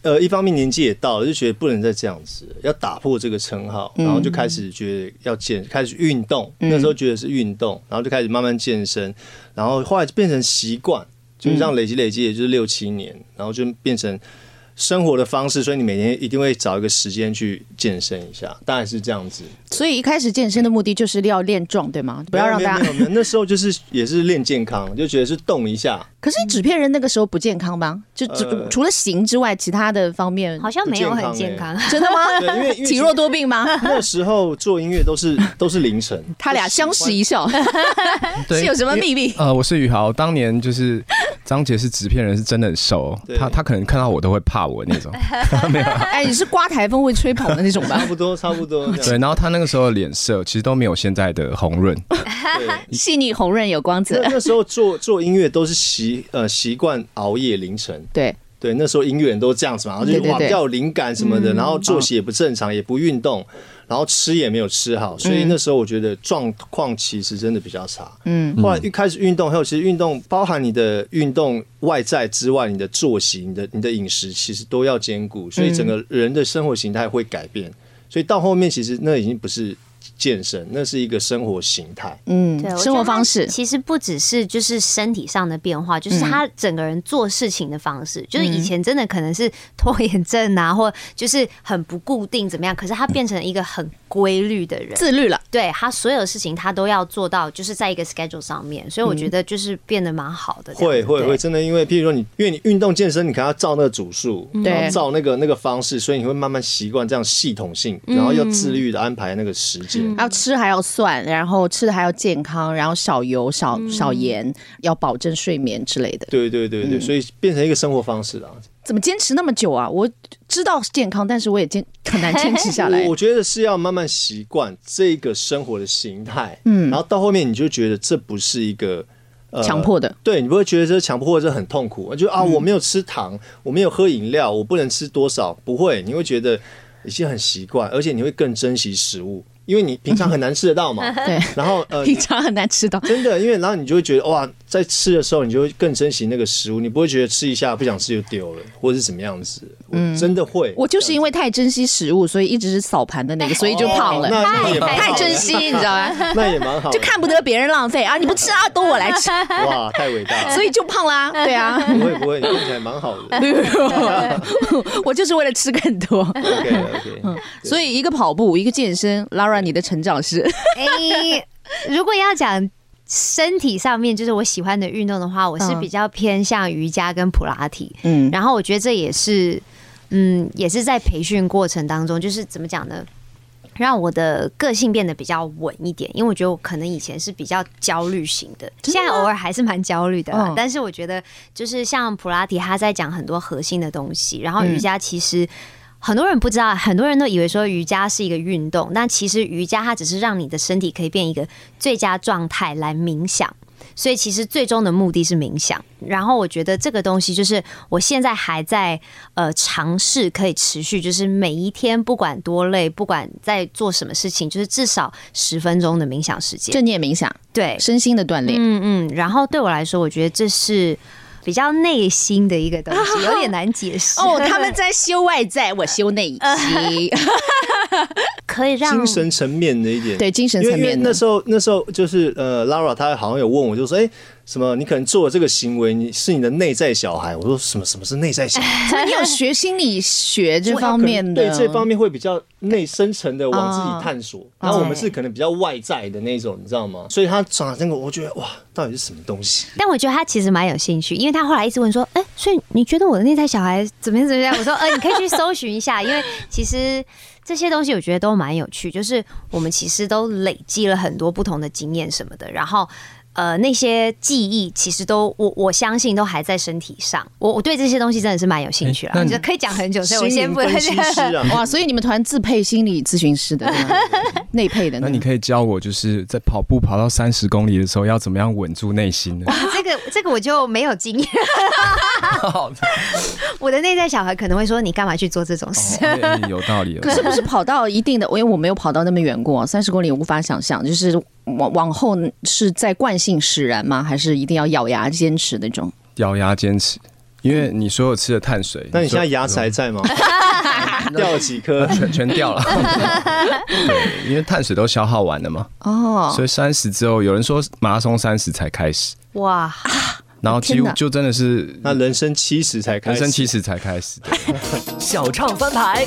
F: 呃，一方面年纪也到了，就觉得不能再这样子，要打破这个称号，然后就开始觉得要健，开始运动。那时候觉得是运动，然后就开始慢慢健身，然后后来就变成习惯，就是这样累积累积，也就是六七年，然后就变成。生活的方式，所以你每天一定会找一个时间去健身一下，大概是这样子。
C: 所以一开始健身的目的就是要练壮，对吗？不要让大
F: 没
C: 家
F: 有。没有没有那时候就是也是练健康，就觉得是动一 下，
C: 可是纸片人那个时候不健康吧？就只、
F: 呃
C: 除了型之外，其他的方面
E: 好像没有很健康，
C: 真 的
F: 对，因
C: 吗？
F: 为因为
C: 体弱多病吗？
F: 那时候做音乐都是都是凌晨，
C: 他俩相视一笑，是有什么秘密？
D: 呃，我是宇豪，当年就是张杰是制片人，是真的很熟哦，
F: 对
D: 他他可能看到我都会怕我 那种。
C: 哎，你是刮台风会吹跑的那种吧
F: 差？不多差不多这
D: 对，
F: 样。
D: 然后他那个时候的脸色其实都没有现在的红润，
F: 对，
C: 细腻红润有光 泽
F: 那。那时候做做音乐都是习呃习惯熬夜凌晨，
C: 对，
F: 对，那时候音乐人都这样子嘛，然后就
C: 对对
F: 哇
C: 对嗯
F: 比较有灵感什么的，然后作息也不正常，也不运动，然后吃也没有吃好，所以那时候我觉得状况其实真的比较差。
C: 嗯，
F: 后来一开始运动后，其实运动包含你的运动外在之外，你的作息、你的你的饮食，其实都要兼顾，
C: 嗯
F: 所以整个人的生活形态会改变。所以到后面，其实那已经不是健身，那是一个生活形态。
C: 嗯
E: 对，我觉得
C: 生活
E: 他
C: 方式，嗯
E: 其实不只是就是身体上的变化，就是他整个人做事情的方式。就是以前真的可能是拖延症啊，或就是很不固定怎么样，可是他变成一个很规律的人。
C: 自律了。
E: 对他所有事情他都要做到，就是在一个 schedule 上面，所以我
C: 嗯
E: 觉得就是变得蛮好的这样
F: 会
E: 子。
F: 会
E: 对
F: 会，真的，因为譬如说你，因为你运动健身，你可能要照那个组数，
E: 嗯
C: 对
F: 然后照那个那个方式，所以你会慢慢习惯这样系统性，
E: 嗯
F: 然后要自律的安排那个时间。
C: 要吃还要算，然后吃的还要健康，然后少油少少盐，要保证睡眠之类的。
F: 对对对
E: 嗯
F: 对，所以变成一个生活方式啊。
C: 怎么坚持那么久啊？我知道是健康，但是我也坚很难坚持下来
F: 我。我觉得是要慢慢习惯这个生活的形态，嗯，然后到后面你就觉得这不是一个。 呃
C: 强迫的
F: 对你不会觉得这强迫或者很痛苦，就啊
E: 嗯
F: 我没有吃糖，我没有喝饮料，我不能吃多少，不会，你会觉得已经很习惯，而且你会更珍惜食物，因为你平常很难吃得到 嘛。
C: 对，
F: 然后 呃，
C: 平常很难吃到。
F: 真的，因为然后你就会觉得哇，在吃的时候你就会更珍惜那个食物，你不会觉得吃一下不想吃就丢了，或者是怎么样子。我真的会，
C: 嗯我就是因为太珍惜食物，所以一直是扫盘的那个，所以就胖了。
F: 那哦那也蛮好的
C: 太珍惜，你知道吗？
F: 那也蛮好的
C: 就， 看不得别人浪费啊！你不吃啊，都我来吃，
F: 哇，太伟大了。
C: 所以就胖啦。对啊，
F: 不会不会，你看起来蛮好的。
C: 我就是为了吃更多。
F: OK OK，
C: 所以一个跑步，一个健身，Lara，你的成长是
E: 诶，哎如果要讲身体上面，就是我喜欢的运动的话，我是
C: 嗯
E: 比较偏向瑜伽跟普拉提。
C: 嗯
E: 然后我觉得这也是，嗯，也是在培训过程当中，就是怎么讲呢？让我的个性变得比较稳一点，因为我觉得我可能以前是比较焦虑型的，现在偶尔还是蛮焦虑的啦、
C: 嗯
E: 但是我觉得，就是像普拉提，他在讲很多核心的东西，然后瑜伽其实。很多人不知道，很多人都以为说瑜伽是一个运动，但其实瑜伽它只是让你的身体可以变一个最佳状态来冥想。所以其实最终的目的是冥想。然后我觉得这个东西就是我现在还在呃尝试可以持续，就是每一天不管多累，不管在做什么事情，就是至少十分钟的冥想时间。
C: 正念冥想，
E: 对，
C: 身心的锻炼。
E: 嗯嗯。然后对我来说，我觉得这是比较内心的一个东 西，有点难解 释。
C: 哦，他们在修外在，我修内 心，
E: 可以让
F: 精神层面的一点，
C: 对精神
F: 因为
C: 层
F: 因为
C: 面
F: 那
C: 的。
F: 时候那时候就是呃，Lara 她好像有问我，就说哎、什么你可能做了这个行为，你是你的内在小孩。我说什么什么是内在小孩？
C: 所以你有学心理学这方面的，
F: 对这方面会比较内深层的往自己探索，
E: 哦
F: 然后我们是可能比较外在的那种，你知道吗？所以他转那个，我觉得哇，到底是什么东 西？
E: 但我觉得他其实蛮有兴趣，因为他后来一直问说：“哎、所以你觉得我的内在小孩怎么样怎么样？”我说：“呃，你可以去搜寻一下，因为其实这些东西我觉得都蛮有趣，就是我们其实都累积了很多不同的经验什么的，然后。”呃，那些记忆其实都我我相信都还在身体上，我我对这些东西真的是蛮有兴趣
D: 哎那
E: 了，
D: 你
E: 就可以讲很久，所
F: 心
E: 以我先
F: 灵
E: 不能
F: 分析师啊，
C: 哇，所以你们团自配心理咨询师的，对吗 内配的。
D: 那你可以教我，就是在跑步跑到三十公里的时候，要怎么样稳住内心 呢？
E: 这个这个我就没有经验，
D: 好的
E: 我的内在小孩可能会说你干嘛去做这种事，
D: 哦哎有道理，有道
C: 是不
D: 理。
C: 是跑到一定的？因为我没有跑到那么远过，三十公里无法想象。就是往往后是在惯性使然吗？还是一定要咬牙坚持那种？
D: 咬牙坚持，因为你所有吃的碳水，
F: 那你现
D: 所
F: 在牙齿还在 吗？掉了几颗？
D: 全全掉了，对，因为碳水都消耗完了嘛，
C: 哦，
D: 所以三十之后，有人说马拉松三十才开始，
F: 哦
E: 哇，
D: 然后几
C: 天
D: 乎
C: 哪
D: 就真的是
F: 那人生七十才开
D: 人
F: 始，
D: 生七十才开始，对
B: 小唱翻牌，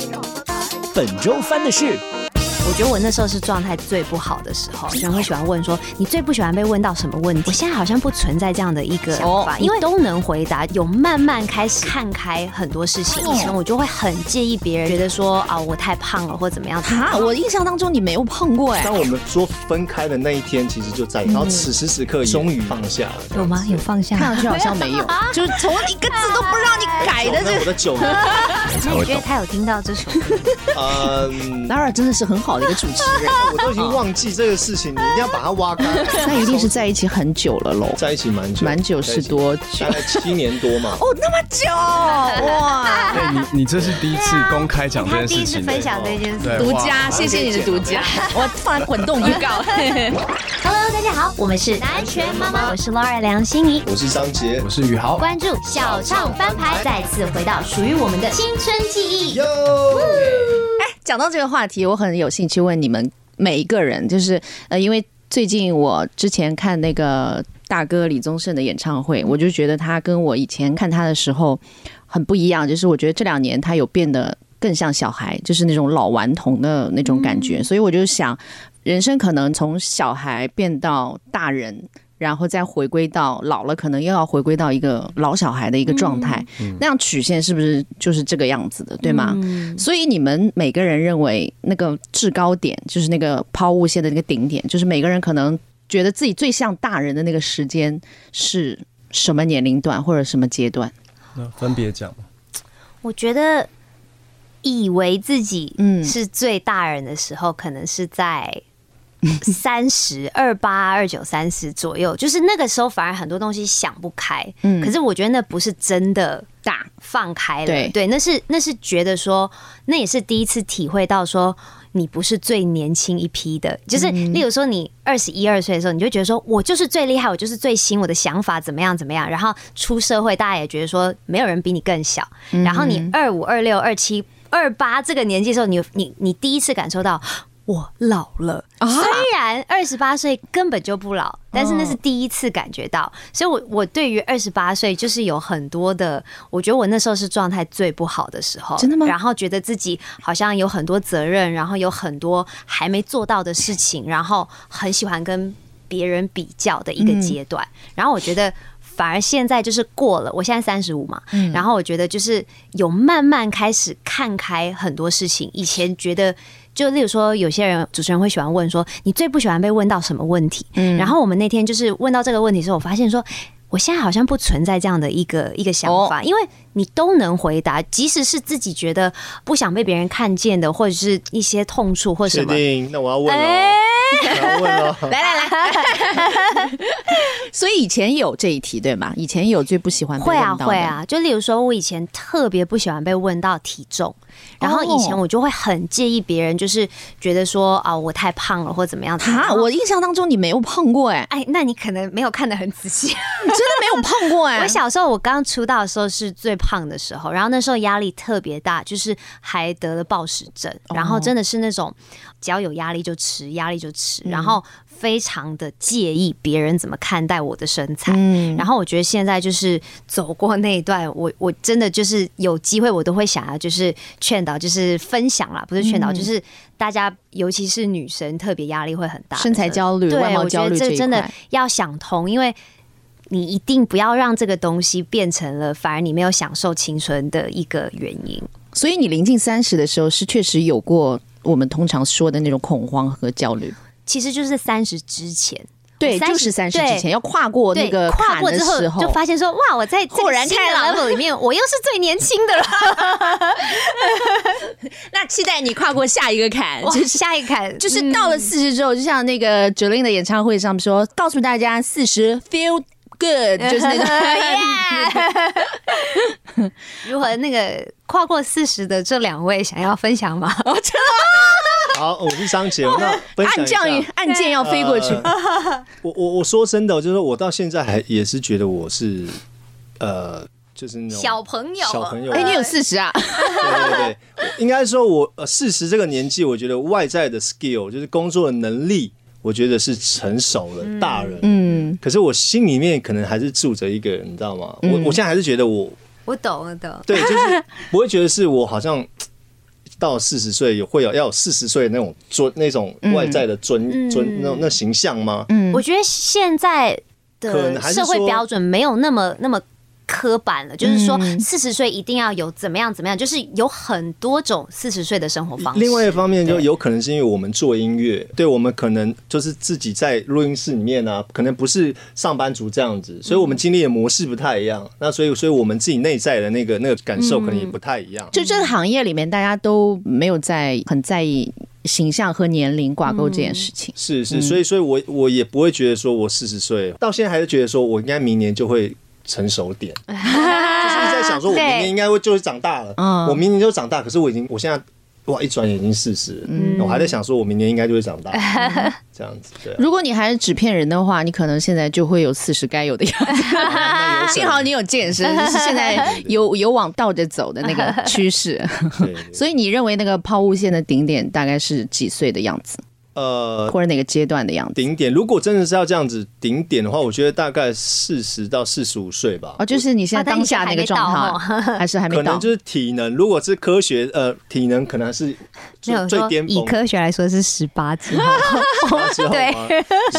B: 本周翻的是
E: 我我觉得我那时候是状态最不好的时候，有人会喜欢问说你最不喜欢被问到什么问题。我现在好像不存在这样的一个想法，因为哦都能回答，有慢慢开始看开很多事情。以前我就会很介意别人觉得说啊我太胖了或怎么样。
C: 哈，我印象当中你没有碰过哎、
F: 当我们说分开的那一天，其实就在，
C: 嗯
F: 然后此时此刻也终于放下了。哦
E: 有吗？有放下？
C: 看上去好像没有，就是从一个字都不让你改的
F: 那
C: 这。
F: 我的 酒呢？
E: 那你觉得他有听到这首歌？
F: 嗯，
C: 拉尔真的是很好的一个主持人，
F: 我都已经忘记这个事情，你一定要把它挖干。
C: 那一定是在一起很久了喽，
F: 在一起蛮久，
C: 蛮久是多久
F: 在一起？大概七年多嘛。
C: 哦，那么久哇！
D: 哎，你你这是第一次公开讲这
E: 他
D: 件
E: 第
D: 事
E: 一次
D: 情呢，
E: 分享这件事。
D: 对
C: 独
D: 哇
C: 家，谢谢你的独家，我放在滚动预 告。
E: Hello，大家好，我们是南拳妈妈，我是 Laura 梁心怡。
F: 我是张杰
D: 我，是宇豪，
E: 关注小唱翻牌，再次回到属于我们的青春记忆。
F: 哟，
C: 哎讲到这个话题，我很有兴趣问你们每一个人，就是呃，因为最近我之前看那个大哥李宗盛的演唱会，我就觉得他跟我以前看他的时候很不一样，就是我觉得这两年他有变得更像小孩，就是那种老顽童的那种感觉，所以我就想，人生可能从小孩变到大人。然后再回归到老了，可能又要回归到一个老小孩的一个状态，那样曲线是不是就是这个样子的，对吗？所以你们每个人认为那个制高点，就是那个抛物线的那个顶点，就是每个人可能觉得自己最像大人的那个时间是什么年龄段或者什么阶段？
D: 那分别讲。
E: 我觉得以为自己
C: 嗯
E: 是最大人的时候，可能是在三十二八、二九、三十左右，就是那个时候反而很多东西想不开。
C: 嗯
E: 可是我觉得那不是真的
C: 大
E: 放开了，
C: 对
E: 那是那是觉得说，那也是第一次体会到说。你不是最年轻一批的，就是
C: 嗯
E: 例如说你二十一二岁的时候，你就觉得说我就是最厉害，我就是最新，我的想法怎么样怎么样。然后出社会，大家也觉得说没有人比你更小。
C: 嗯
E: 然后你二五、二六、二七、二八这个年纪的时候，你你你第一次感受到我老了。
C: 啊
E: 虽然二十八岁根本就不老，但是那是第一次感觉到。所以我，我对于二十八岁就是有很多的，我觉得我那时候是状态最不好的时候。
C: 真的吗
E: 然后觉得自己好像有很多责任，然后有很多还没做到的事情，然后很喜欢跟别人比较的一个阶段。然后我觉得。反而现在就是过了，我现在三十五嘛，然后我觉得就是有慢慢开始看开很多事情。以前觉得，就例如说，有些人主持人会喜欢问说，你最不喜欢被问到什么问题？然后我们那天就是问到这个问题的时候，我发现说。我现在好像不存在这样的一个一个想
C: 哦
E: 法，因为你都能回答，即使是自己觉得不想被别人看见的，或者是一些痛处或什
F: 确
E: 么，
F: 定？那我要问
C: 哎
F: 喽，我要问哦喽。
C: 所以以前有这一题对吗？以前有最不喜欢被
E: 会啊
C: 问到的
E: 会，啊，就例如说，我以前特别不喜欢被问到体重，然后以
C: 哦
E: 前我就会很介意别人，就是觉得说啊、我太胖了或怎么样。然
C: 哈，
E: 后
C: 我印象当中你没有碰过哎、
E: 哎，那你可能没有看得很仔细。
C: 你 真的没有碰过哎、
E: 我小时候，我刚出道的时候是最胖的时候，然后那时候压力特别大，就是还得了暴食症，然
C: 哦
E: 后真的是那种只要有压力就吃，压力就吃，
C: 嗯
E: 然后非常的介意别人怎么看待我的身材。
C: 嗯
E: 然后我觉得现在就是走过那一段，我我真的就是有机会，我都会想要就是劝导，就是分享啦，不是
C: 嗯
E: 劝导，就是大家，尤其是女生，特别压力会很大的时候，
C: 身材焦虑、
E: 对
C: 外貌焦虑
E: 我觉得
C: 一
E: 这真的
C: 块
E: 要想通，因为你一定不要让这个东西变成了反而你没有享受青春的一个原因。
C: 所以你临近三十的时候是确实有过我们通常说的那种恐慌和焦虑。
E: 其实就是三十之前，
C: 对，
E: 30
C: 就是三十
E: 对
C: 之前要跨过那
E: 对，
C: 个
E: 跨
C: 坎
E: 过
C: 的
E: 之后
C: 时候，
E: 就发现说，哇，我在这
C: 豁
E: 个
C: 然
E: 新的
C: 开朗
E: level 里面，我又是最年轻 的了。
C: 那期待你跨过下一个坎，
E: 哇
C: 就，是。
E: 下一嗯看
C: 就是 到了四十之后，就像那个 Jolin 的演唱会上说，告诉大家四十 feel good，就是那种
E: 如何那个跨过四十的这两位想要分享吗？我真
F: 好，我是张杰，那分享一
C: 哦按
F: 下
C: 降按键要飞过去。
F: 我我我说真的，就是我到现在还也是觉得我是，呃，就是那种
E: 小朋友
F: 小朋友。
C: 哎，你有四十啊？
F: 对对对，我应该说我呃四十这个年纪，我觉得外在的 skill 就是工作的能力，我觉得是成熟了，大人。
C: 嗯，
F: 可是我心里面可能还是住着一个，你知道吗？
C: 嗯
F: 我我现在还是觉得我
E: 我懂，我懂。
F: 对，就是不会觉得是我好像到四十岁有会有要有四十岁的那种尊那种外在的尊、尊那种那形象吗？
G: 嗯
E: 我觉得现在
F: 可能
E: 的
F: 还是
E: 社会
F: 说
E: 标准没有那么那么刻板了，就是说
C: 嗯
E: 四十岁一定要有怎么样怎么样，就是有很多种四十岁的生活方式。
F: 另外一方面，就有可能是因为我们做音乐，对我们可能就是自己在录音室里面啊，可能不是上班族这样子，所以我们经历的模式不太一样。那所以，所以我们自己内在的那个那个感受可能也不太一样。
C: 就这个行业里面，大家都没有在很在意形象和年龄挂钩这件事情。
F: 是是，所以所以我我也不会觉得说我四十岁到现在还是觉得说我应该明年就会成熟点，就是一直在想说我明年应该会就会长大了，
C: 嗯
F: 我明年就长大，可是我已经我现在哇一转眼已经四十，我还在想说我明年应该就会长大，这样子对啊。
C: 如果你还是纸片人的话，你可能现在就会有四十该有的样子。
F: 那有什
C: 幸好你有健身，就是现 在有有往倒着走的那个趋势。
F: 么对对
C: 所以你认为那个抛物线的顶点大概是几岁的样子，
F: 呃，
C: 或者哪个阶段的样子？
F: 顶点如果真的是要这样子顶点的话，我觉得大概四十到四十五岁吧
C: 哦，。就是你现在
E: 啊但
C: 当
E: 你是
C: 下那个状态， 还是还没
F: 可能
C: 到
F: 就？是体能，如果是科学，呃，体能可能还是
E: 没
F: 最
E: 有
F: 最
E: 说
F: 巅
E: 以
F: 峰
E: 科学来说是十八之后，
F: 的时候啊吗？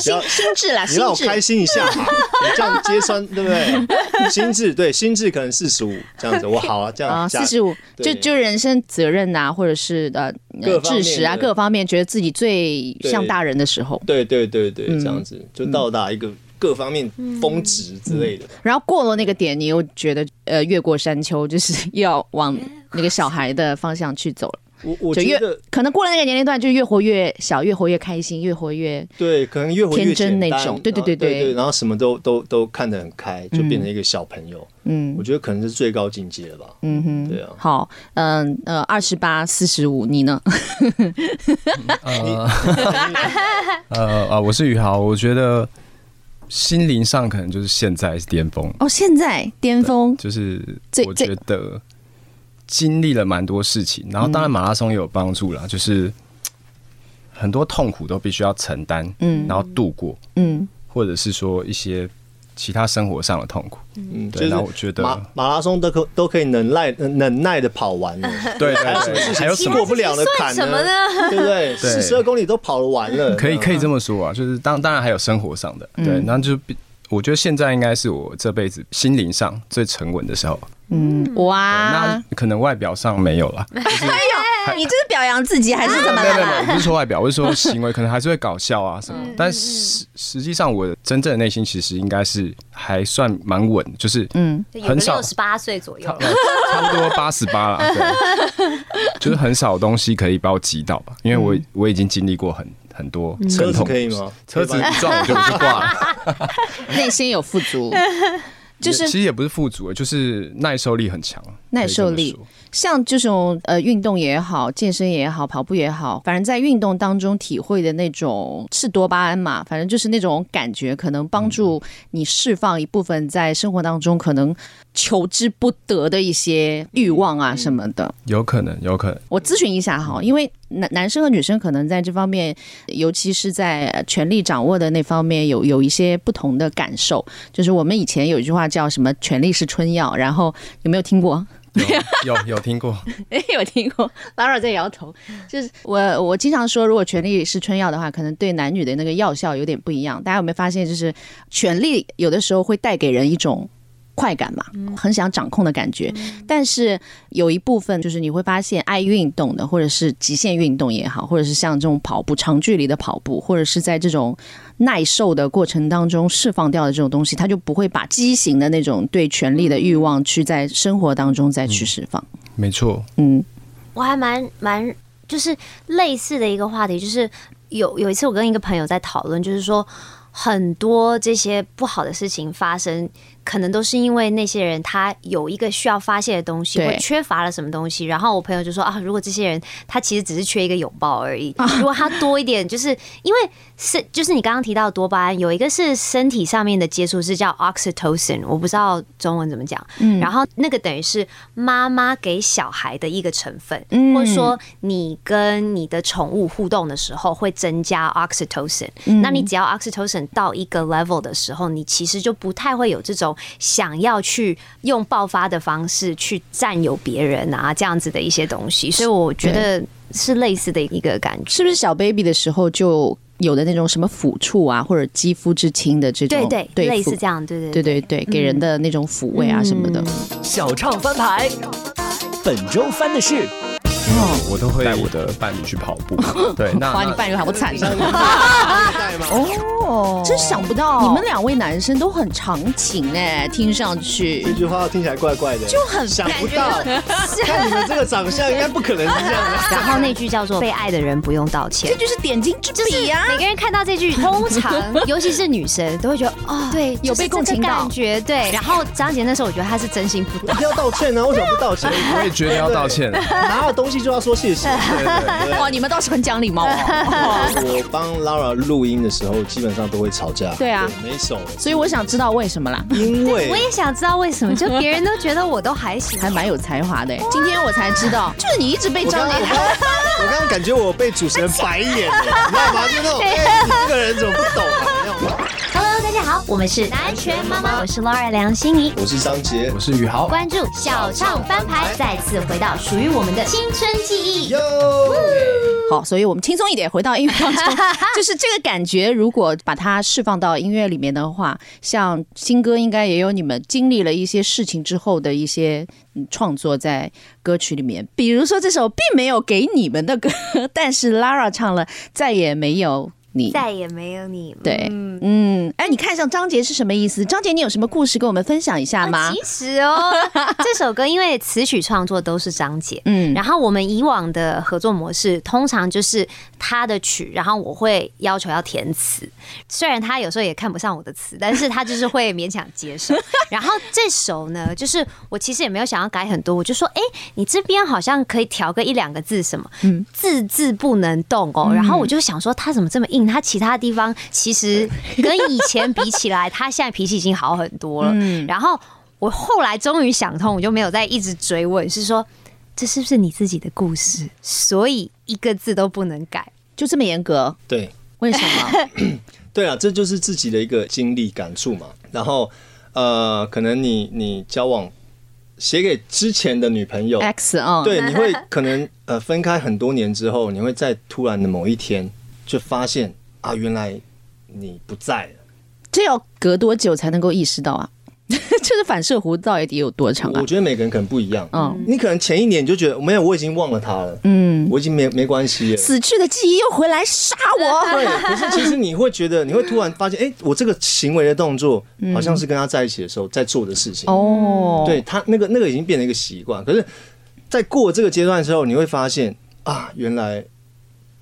F: 只要
C: 心智啦，
F: 你
C: 啊心
F: 让我
C: 智
F: 开心一下嘛，你这样揭 穿对不对？心智对心智可能四十五这样子，我好啊，这
C: 啊，
F: 样加
C: 四十五，就
F: 对
C: 就人生责任呐、或者是呃
F: 各方
C: 知
F: 面
C: 识啊，
F: 的
C: 各方面觉得自己最
F: 对
C: 像大人的时候，
F: 对对对对，
C: 嗯
F: 这样子就到达一个各方面峰值之类的。
C: 然后过了那个点，你又觉得呃越过山丘，就是要往那个小孩的方向去走了。
F: 我我
C: 就越
F: 觉得
C: 可能过了那个年龄段，就越活越小，越活越开心，越活越
F: 对，可能越活越
C: 天真
F: 简单
C: 那种对对
F: 然后
C: 对
F: 对
C: 对
F: 然后什么都都都看得很开，就变成一个小朋友。
C: 嗯
F: 我觉得可能是最高境界了吧。
C: 嗯哼，
F: 对啊
C: 好，嗯呃，二十八、四十五，你呢？
D: 呃呃啊，我是宇豪，我觉得心灵上可能就是现在是巅峰，
C: 哦，现在巅峰，
D: 就是
C: 最
D: 我
C: 最
D: 觉得经历了蛮多事情，然后当然马拉松也有帮助
E: 嗯
D: 啦，就是嘖很多痛苦都必须要承担，
C: 嗯
D: 然后度过，
C: 嗯，
D: 或者是说一些其他生活上的痛苦，
F: 嗯，
D: 对
F: 就是
D: 那我觉得
F: 马马拉松都可都可以能耐能耐的跑完了，
D: 对对
F: 哎还有什么
D: 对，
F: 事
D: 还有
F: 情
D: 什
F: 过
D: 么？
F: 不了的坎
E: 什么呢？
F: 对不对？四十二公里都跑完了，
D: 可以
F: 嗯
D: 可以这么说啊，就是当当然还有生活上的，对，那就比我觉得现在应该是我这辈子心灵上最沉稳的时候，
C: 嗯哇
F: 啊
D: 那，可能外表上没有 了，
C: 哎呦，你这是表扬自己还是怎么
D: 没有
C: 了
D: 没有，没
C: 啦？
D: 有，不是说外表，我是说行为，可能还是会搞笑啊什么。
F: 嗯
D: 但实实际上，我的真正的内心其实应该是还算蛮稳，就是
C: 嗯
E: 有个
D: 很少
E: 六， 十八岁左
D: 差
E: 右
D: 不。多差不多八十八了，对， 就是很少东西可以把我击倒吧，因为我我已经经历过很很多
F: 嗯车
D: 更
F: 子
D: 痛。
F: 可以吗？
D: 车子一撞我就我就挂了，
C: 内心有富 足，就是
D: 其实也不是富足，欸就是耐受力很强，
C: 耐受力
D: 可以这么说
C: 像这种呃运动也好，健身也好，跑步也好，反正在运动当中体会的那种是多巴胺嘛，反正就是那种感觉，可能帮助你释放一部分在生活当中可能求之不得的一些欲望啊什么的。
D: 有可能，有可能。
C: 我咨询一下哈，因为男男生和女生可能在这方面，尤其是在呃权力掌握的那方面，有有一些不同的感受。就是我们以前有一句话叫什么“权力是春药”，然后有没有听过？
D: 有有有听 过，
C: 哎，有听过，Lara 在摇头。就是我，我经常说，如果权力是春药的话，可能对男女的那个药效有点不一样。大家有没有发现，就是权力有的时候会带给人一种快感嘛，很想掌控的感觉。但是有一部分就是你会发现，爱运动的，或者是极限运动也好，或者是像这种跑步、长距离的跑步，或者是在这种耐受的过程当中释放掉的这种东西，它就不会把畸形的那种对权力的欲望去在生活当中再去释放。
D: 没错，
C: 嗯
E: 我还蛮蛮就是 类似的一个话题，就是有有一次我跟一个朋友在讨论，就是说很多这些不好的事情发生，可能都是因为那些人他有一个需要发泄的东西，
C: 对
E: 或缺乏了什么东西。然后我朋友就说啊，如果这些人他其实只是缺一个拥抱 而已，如果他多一点，就是因为是就是你刚刚提到的多巴胺，有一个是身体上面的接触是叫 oxytocin，我不知道中文怎么讲，然后那个等于是妈妈给小孩的一个成分，
C: 嗯
E: 或者说你跟你的宠物互动的时候会增加嗯 oxytocin，、那你只要 oxytocin 到一个 level 的时候，你其实就不太会有这种种想要去用爆发的方式去占有别人啊这样子的一些东西，所以我觉得是类似的一个感觉。
C: 是不是小 baby 的时候就有的那种什么抚触啊，或者肌肤之亲的这
E: 对
C: 种
E: 哦对，
C: 对
E: 类似
C: 抚
E: 这样，对对嗯
C: 对对对，给人的那种抚慰啊什么的。
B: 小唱翻牌，本周翻的 是
D: 我都会带我的伴侣去跑 步。对，那
A: 哇，你
D: 那
A: 伴侣好惨啊！
C: 哦，真想不到，你们两位男生都很长情
E: 嗯
C: 哎、听上去
F: 这句话听起来怪怪的，就很想不到。看你们这个长相，应该不可能是这样 的。
E: 然后那句叫做“被爱的人不用道歉”，
C: 就是点睛之
E: 就是每个人看到这句，通常 尤其是女生都会觉得哦，对，
C: 有被共情
E: 就是这个
C: 到
E: 感觉对。然后张杰那时候，我觉得他是真心不懂
F: 一。定要道歉啊！为什么不道歉？
D: 我也 觉得要道歉。
F: 拿了东西就要说谢谢。对对对
C: 哇，你们倒是很讲礼貌 哦。
F: 我帮 Lara 录音的时候，基本上都会吵架。
C: 对啊
F: 没手，
C: 所以我想知道为什么啦，
F: 因
E: 我
F: 为
E: 也想知道为什么，就别人都觉得我都还行，
C: 还蛮有才华的、哎今天我才知道，就是你一直被
F: 我
C: 张
F: 刚刚
C: 磊
F: 我刚刚 我刚刚感觉我被主持人白眼了，你知道吗？就那种，哎，你这个人怎么不懂啊？那种
E: Hello，大家好，我们是南拳妈妈，我是 Laura 梁心怡。
F: 我是张杰
D: 我。是宇豪，
E: 关注小唱翻牌，再次回到属于我们的青春记忆。
F: 哟，
C: 好，所以我们轻松一点，回到音乐 当中，就是这个感觉。如果把它释放到音乐里面的话，像新歌应该也有你们经历了一些事情之后的一些嗯创作在歌曲里面。比如说这首并没有给你们的歌，但是 Lara 唱了《再也没有你》。
E: 再也没有你。
C: 对，嗯，哎，你看上张杰是什么意思？张杰，你有什么故事跟我们分享一下吗
E: 其？实 哦，这首歌因为词曲创作都是张杰，
C: 嗯，
E: 然后我们以往的合作模式，通常就是他的曲，然后我会要求要填词，虽然他有时候也看不上我的词，但是他就是会勉强接受。然后这首呢，就是我其实也没有想要改很多，我就说，哎、你这边好像可以调个一两个字什么，字字不能动哦。然后我就想说，他怎么这么硬？他其他地方其实跟以前比起来，他现在脾气已经好很多了。然后我后来终于想通，我就没有再一直追问，是说。这是不是你自己的故事？所以一个字都不能改。
C: 就这么严格，
F: 对，
C: 为什 么？
F: 对啊，这就是自己的一个经历感触嘛。然后，呃，可能你你交往写给之前的女朋友
C: X 啊、
F: 对，你会可能呃分开很多年之后，你会在突然的某一天就发现啊，原来你不在了。
C: 这要隔多久才能够意识到啊？ 就是反射弧到底有多长啊
F: 我？觉得每个人可能不一样，
C: 嗯
F: 你可能前一年你就觉得没有，我已经忘了他了，
C: 嗯，
F: 我已经没没关系了。
C: 死去的记忆又回来杀我。
F: 对， 可是其实你会觉得，你会突然发现，哎、我这个行为的动作好像是跟他在一起的时候在做的事情。
C: 嗯哦，
F: 对他那个那个已经变成一个习惯。可是，在过这个阶段之后，你会发现啊，原来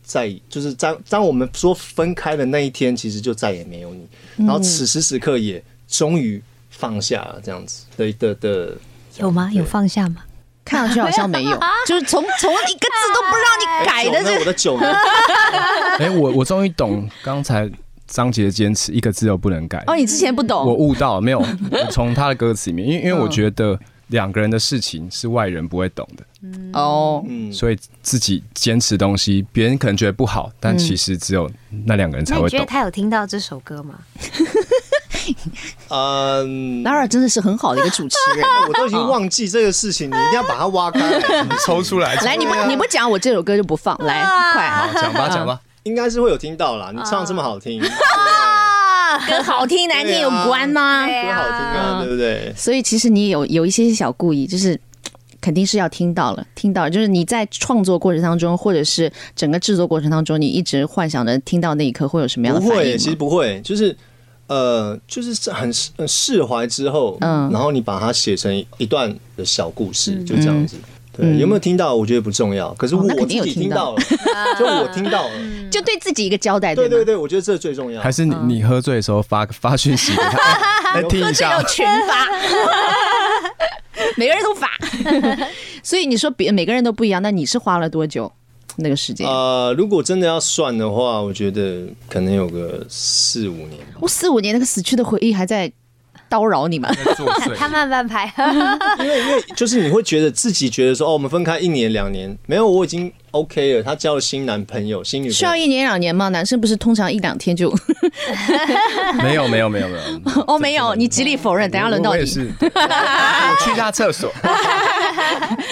F: 在就是当当我们说分开的那一天，其实就再也没有你。
C: 嗯
F: 然后此时此刻也终于放下了这样子的的的。
E: 有吗？有放下吗？
C: 看上去好像没有，啊就是从从一个字都不让你改
F: 酒
C: 的
F: 呢？
C: 这
F: 我的酒呢？
D: 哎、我我终于懂刚才张杰的坚持，一个字都不能改。
F: 啊
C: 哦，你之前不
D: 我
C: 懂，
D: 悟到了 没有？我从他的歌词里面，因为因
C: 嗯
D: 为我觉得两个人的事情是外人不会懂的，
C: 哦，
F: 嗯，
D: 所以自己坚持东西，别人可能觉得不好，
C: 嗯
D: 但其实只有那两个人才
E: 那你
D: 会
E: 觉得
D: 懂。
E: 他有听到这首歌吗？
F: 嗯，哎
C: 拉尔真的是很好的一个主持 人。
F: 我都已经忘记这个事情，你一定要把它挖开来。
D: 抽出来，
F: 啊
C: 来，你不你不讲，我这首歌就不放。来，快，
D: 讲吧讲吧，
F: 应该是会有听到啦，你唱这么好听，歌
C: 跟好听难听有关吗？
F: 好听
C: 嗯
F: 啊，对不对？
C: 所以其实你有有一些小故意，就是肯定是要听到了，听到了就是你在创作过程当中，或者是整个制作过程当中，你一直幻想着听到那一刻会有什么样的
F: 不
C: 反应
F: 会，
C: 吗？
F: 其实不会，就是呃，就是很释呃释怀之后，
C: 嗯
F: 然后你把它写成一段的小故事，就这样子。对，有没有听到？我觉得不重要，可是
C: 嗯哦
F: 我
C: 那肯
F: 自
C: 定有
F: 己听到了， 就我听到了。
C: 就对自己一个交代，
F: 对
C: 吗
F: 对？对，我觉得这最重要
D: 还。是你你喝醉的时候发发讯息给他，哎来听一下
C: 要。群发，每个人都发。 所以你说别每个人都不一样，那你是花了多久那个时间？
F: 呃，如果真的要算的话，我觉得可能有个四五年吧，
C: 我四五年那个死去的回忆还在叨扰你们。
D: 在作
E: 他
D: 祟，
E: 慢慢拍，
F: 因为因为就是你会觉得自己觉得说，哦，我们分开一年两年，没有，我已经 OK 了。他交了新男朋友、新女朋
C: 需要
F: 友，
C: 一年两年吗？男生不是通常一两天就
D: 没有没有没有没有，
C: 哦，没有，你极力否认。等一下轮到
D: 我
C: 你
D: 也。是， 我去一下厕所。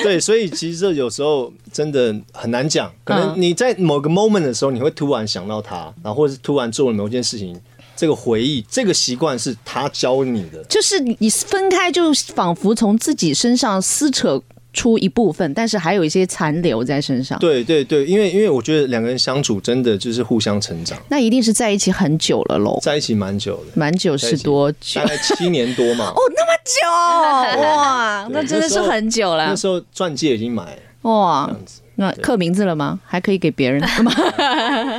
F: 对，所以其实这有时候真的很难讲，可
C: 嗯
F: 能你在某个 moment 的时候，你会突然想到他，然后或者是突然做了某件事情，这个回忆、这个习惯是他教你的。
C: 就是你分开，就仿佛从自己身上撕扯出一部分，但是还有一些残留在身上。，
F: 对对对，因为因为我觉得两个人相处真的就是互相成长，
C: 那一定是在一起很久了喽，
F: 在一起蛮久的，
C: 蛮久是多久
F: 大？概七年多嘛。
C: 哦，那么久哇，
F: 对
C: 那真的是很久了
F: 那时候钻戒已经买了，
C: 哇
F: 这样。子
C: 那刻名字了吗？还可以给别人吗？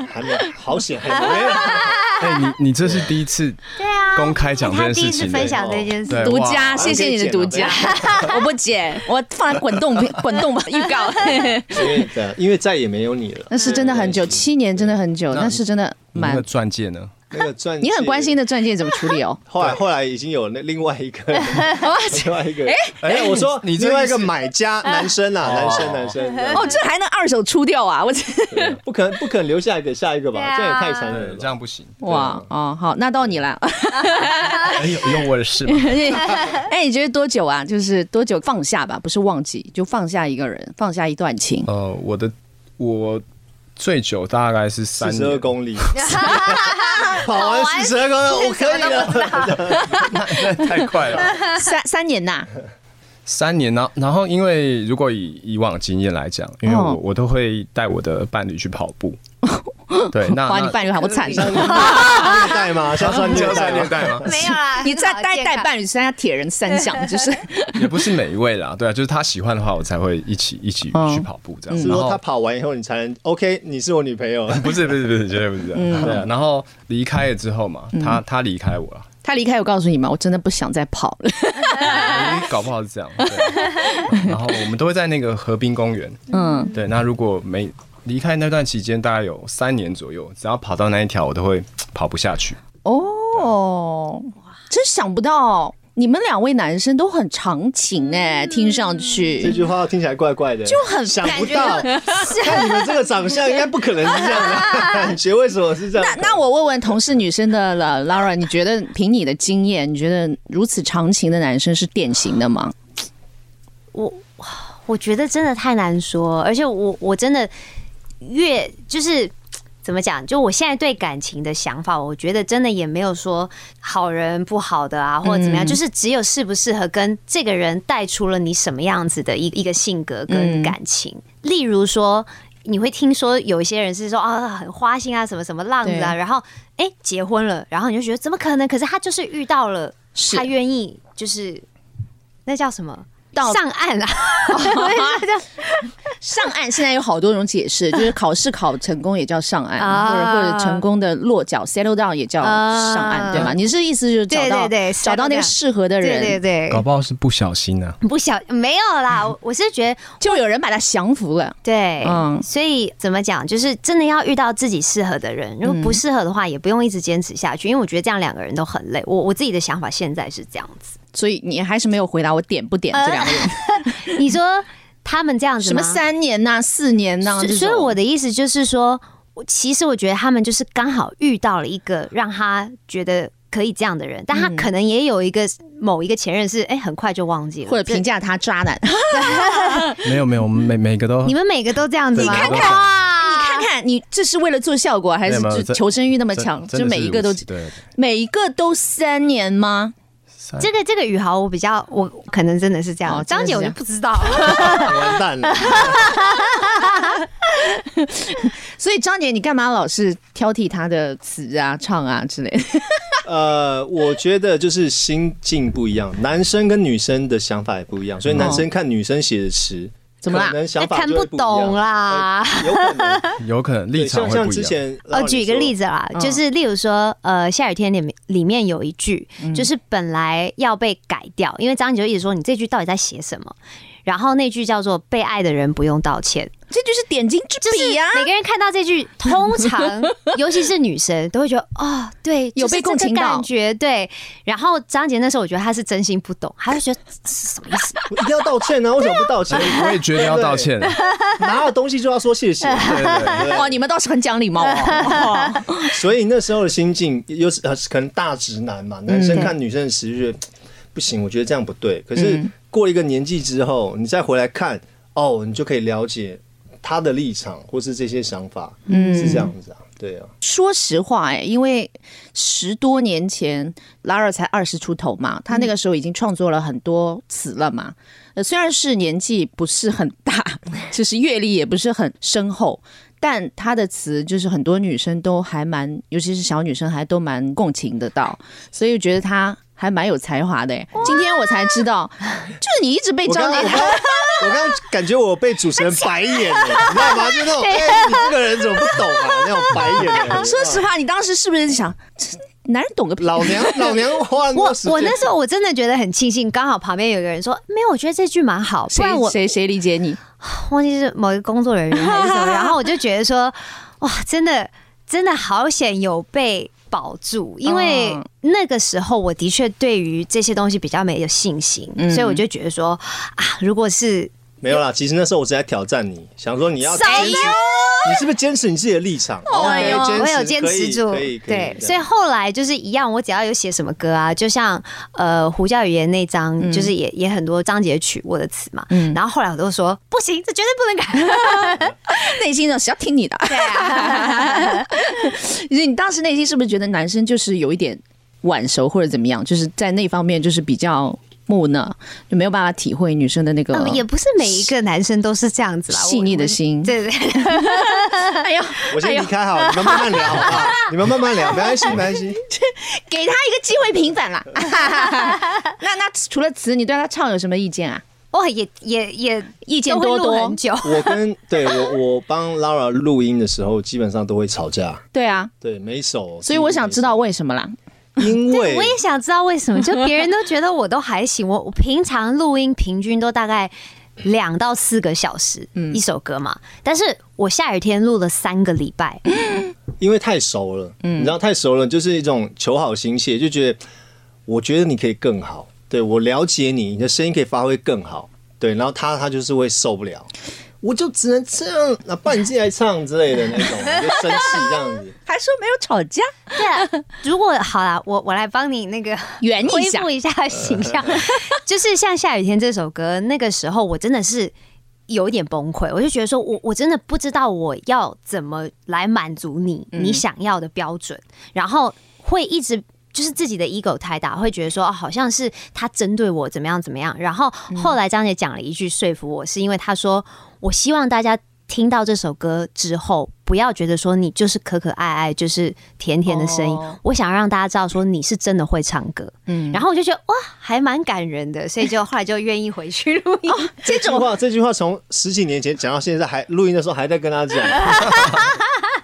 F: 还没有，好险还没有。
D: 哎，你你这是第一次
E: 对啊，
D: 公开讲这
E: 他
D: 件
E: 第一
D: 事
E: 次
D: 情，欸
E: 分享这件事，
D: 对
C: 独
D: 哇
C: 家，
F: 好像
C: 谢谢
F: 可以
C: 你的
F: 剪
C: 独
F: 了
C: 家，我不剪， 我放在滚动滚动吧预 告。
F: 因为对啊，因为再也没有你了。
C: 那是真的很久，
F: 对
C: 七年真的很久，
D: 那
C: 那是真的
D: 你那
C: 蛮
D: 个。钻戒呢？
F: 那个钻戒，
C: 你很关心。的钻戒怎么处理哦？
F: 后来后来已经有那另外一个，另外一个，哎，我说
D: 你这
F: 另外一
D: 意思
F: 个买家男生啊，男生男生，对
C: 哦，这还能二手出掉啊！我
F: 对啊不可能不可能留下一个下一个吧？
E: 对啊
F: 这也太残忍了
D: 对，
F: 吧。
D: 这样不行。
C: 哇哦，好，那到你了。
D: 哎，有有我的事吗？
C: 哎，你觉得多久啊？就是多久放下吧，不是忘记，就放下一个人，放下一段 情。
D: 呃，我的我最久大概是三
F: 四十二
D: 年，
F: 公里，跑完四十二公里，我可以了。
D: 太快了。
C: 三三年呐，
D: 三年，然后然后因为如果以以往经验来讲，因为我、
C: 哦
D: 我都会带我的伴侣去跑步，对，那
C: 哇，你
D: 啊那
C: 伴侣好惨。
F: 虐待吗？像算虐
D: 要算
F: 待
D: 虐
F: 吗？
D: 待吗？
E: 没有啦，
C: 你再带
E: 很好
C: 带伴侣参加铁人三项， 就是
D: 也不是每一位啦，对啊，就是他喜欢的话，我才会一起一起
C: 哦
D: 去跑步这样。
F: 是
D: 然
F: 说
D: 后
F: 他跑完以后你才能 OK，你是我女朋友。
D: 不是不是不是，绝对不是这
C: 嗯
D: 样。对啊，然后离开了之后嘛，他他离开我了，
C: 他离开我告诉你嘛，我真的不想再跑了。
D: 因为搞不好是这样。对啊然后我们都会在那个河滨公园，
C: 嗯，
D: 对，那如果没离开那段期间，大概有三年左右，只要跑到那一条，我都会跑不下去。
C: 哦，真想不到你们两位男生都很长情哎，
D: 嗯
C: 听上
F: 这
C: 去
F: 句话听起来怪怪的，就
C: 很
F: 想不到。看你们这个长相，应该不可能是这样的 感觉，为什么是这样
C: 那？那我问问同是女生的 了，Laura，你觉得凭你的经验，你觉得如此长情的男生是典型的吗？
E: 我我觉得真的太难说，而且我我真的越就是。怎么讲？就我现在对感情的想法，我觉得真的也没有说好人不好的啊，或者怎么样，
C: 嗯
E: 就是只有适不适合跟这个人带出了你什么样子的一一个性格跟
C: 嗯
E: 感情。例如说，你会听说有一些人是说啊很花心啊，什么什么浪子啊，
C: 对
E: 然后哎、结婚了，然后你就觉得怎么可能？可是他就是遇到了，
C: 是
E: 他愿意就是那叫什么？
C: 到
E: 上 岸啊！我也是这样
C: 上岸现在有好多种解 释，就是考试考成功也叫上岸，
E: 啊
C: 或者或者成功的落脚 settle down 也叫上岸，
E: 啊
C: 对吗？你是意思就是找到
E: 对对对
C: 找到那个
E: settle down
C: 适合的人，
E: 对对对，
D: 搞不好是不小心啊呢、
E: 不小没有啦，
C: 嗯
E: 我我是觉得
C: 就有人把他降服了。
E: 对，
C: 嗯
E: 所以怎么讲，就是真的要遇到自己适合的人，如果不适合的话，也不用一直坚持下去，因为我觉得这样两个人都很累。我我自己的想法现在是这样子，
C: 所以你还是没有回答我点不点这两个 人，
E: 你说他们这样子
C: 嗯什么
E: 啊吗？
C: 三年呐、四年呐、
E: 所
C: 这
E: 以所以
C: 种
E: 我的意思就是说，我其实我觉得他们就是刚好遇到了一个让他觉得可以这样的人，但
C: 嗯
E: 他可能也有一个某一个前任是哎、很快就忘记了，
C: 或者
E: 这
C: 评价他渣 男，你
D: 没有没有，我们每每个都
E: 你们每个都这样子吗？
D: 你看看
E: 哇
C: 看啊看你这是为了做效果，还是
D: 没有没有
C: 就
D: 这
C: 求生欲那么强？
D: 真
C: 就每一个都
D: 真的是如此
C: 每一个都三年吗？
E: 这个这个宇豪，我比较我可能真的是这样，
C: 哎哦真
E: 张
C: 的是
E: 姐
C: 这
E: 我就
C: 样
E: 不知道。
F: 完蛋了，
C: 所以张姐，你干嘛老是挑剔他的词啊、唱啊之类的？
F: 呃，我觉得就是心境不一样，男生跟女生的想法也不一样，所以男
D: 嗯
F: 生看女生写的词，
C: 怎么啦
F: 可能想法
E: 呃哎看
F: 就
E: 不
F: 会不一样
E: 懂，啦。
F: 呃有可 能
D: 对有可能立
F: 对
D: 场
F: 像
D: 会
F: 像
D: 不一
F: 之
D: 样。
F: 前，
E: 哦，举一个例
F: 子，
E: 子啦，
C: 嗯
E: 就是例如说，呃，下雨天里面里面有一句，就是本来要被改掉，因为张姐就一直说你这句到底在写什么，然后那句叫做“被爱的人不用道歉”，
C: 这就是点睛之
E: 就是
C: 笔呀、
E: 每个人看到这句，通常尤其是女生都会觉得哦，对，
C: 有
E: 就是
C: 被共
E: 这个
C: 情到
E: 感觉对。然后张杰那时候，我觉得他是真心不懂，他就觉得这是什么意思？
F: 我一定要道歉啊！为什么不道歉？
D: 我也觉得要道歉。
F: 拿了东西就要说谢谢。对对对
C: 哇，你们倒是很讲礼貌哦。
F: 所以那时候的心境，又是呃可能大直男嘛，男生看女生的时日，不行，我觉得这样不对。可是过了一个年纪之后，你再回来看，哦，你就可以了解他的立场或是这些想法，嗯，是这样子啊，对啊，
C: 说实话、哎，因为十多年前拉尔才二十出头嘛，他那个时候已经创作了很多词了嘛。呃，虽然是年纪不是很大， 就是阅历也不是很深厚，但他的词就是很多女生都还蛮，尤其是小女生还都蛮共情得到，所以觉得他。还蛮有才华的哎、今天我才知道，就是你一直被
F: 我
C: 张
F: 刚刚
C: 杰
F: 我刚刚我刚刚感觉我被主持人白眼了，你知道吗？就那种，哎、你这个人怎么不懂啊？那种白眼的。
C: 说实话，你当时是不是想，这男人懂个屁？
F: 老娘老娘花
E: 我
F: 那时间
E: 我那时候我真的觉得很庆幸，刚好旁边有一个人说没有，我觉得这句蛮好，不
C: 谁
E: 然我
C: 谁谁理解你？
E: 忘记是某一个工作人员还是什么，然后我就觉得说，哇，真的真的好险有被保住，因为
C: 嗯
E: 那个时候我的确对于这些东西比较没有信心，
C: 嗯
E: 所以我就觉得说啊，如果是
F: 没有啦，其实那时候我只在挑战你，想说你要坚持，你是不是坚持你自己的立场？
E: 我
F: 哎
E: 有哦我有坚持住
F: 可以，，可以
E: 对，
F: 可
E: 所以后来就是一样，我只要有写什么歌啊，就像呃胡教言那张，就是也也很多张杰曲我的词嘛，然后后来我都说不行，这绝对不能改，
C: 内心呢，谁要听你的、啊？
E: 对啊，
C: 你你当时内心是不是觉得男生就是有一点晚熟或者怎么样，就是在那方面就是比较木讷，就没有办法体会女生的那个
E: 嗯也不是每一个男生都是这样子啦，我
C: 细腻的心。
E: 对对对，
C: 哎呦，
F: 以我先离开好，你们慢慢聊，好不好？ 你们慢慢聊，没关系，没关系。
C: 给他一个机会平反啦。 那那除了词，你对他唱有什么意见啊？
E: 哇，也也也
C: 意见
E: 都会
C: 多多
E: 录很久，
F: 我跟对我我帮 Laura 录音的时候，基本上都会吵架，
C: 对啊，
F: 对每一首。
C: 所以我想知道
F: 我
C: 为什么啦。
F: 因为
E: 我也想知道为什么，就别人都觉得我都还行，我我平常录音平均都大概两到四个小时一首歌嘛，但是我下雨天录了三个礼拜，
F: 因为太熟了，
E: 嗯
F: 你知道太熟了，就是一种求好心切，就觉得我觉得你可以更好，对我了解你，你的声音可以发挥更好，对，然后他他就是会受不了，我就只能这样，那不然你自己来唱之类的那种，我就生气这样 子。
C: 还说没有吵架，
E: 对啊，如果好啦，我我来帮你那个
C: 圆一下
E: 恢复一下形象， 就是像下雨天这首歌，那个时候我真的是。有一点崩溃，我就觉得说我，我真的不知道我要怎么来满足你
C: 嗯
E: 你想要的标准，然后会一直就是自己的 ego 太大，会觉得说哦，好像是他针对我怎么样怎么样。然后
C: 嗯
E: 后来张姐讲了一句说服我，是因为她说我希望大家听到这首歌之后，不要觉得说你就是可可爱爱，就是甜甜的声音。
C: 哦
E: 我想让大家知道说你是真的会唱歌。嗯，然后我就觉得哇，还蛮感人的，所以就后来就愿意回去录音。
F: 这句话，这句话从十几年前讲到现在还，录音的时候还在跟 他讲，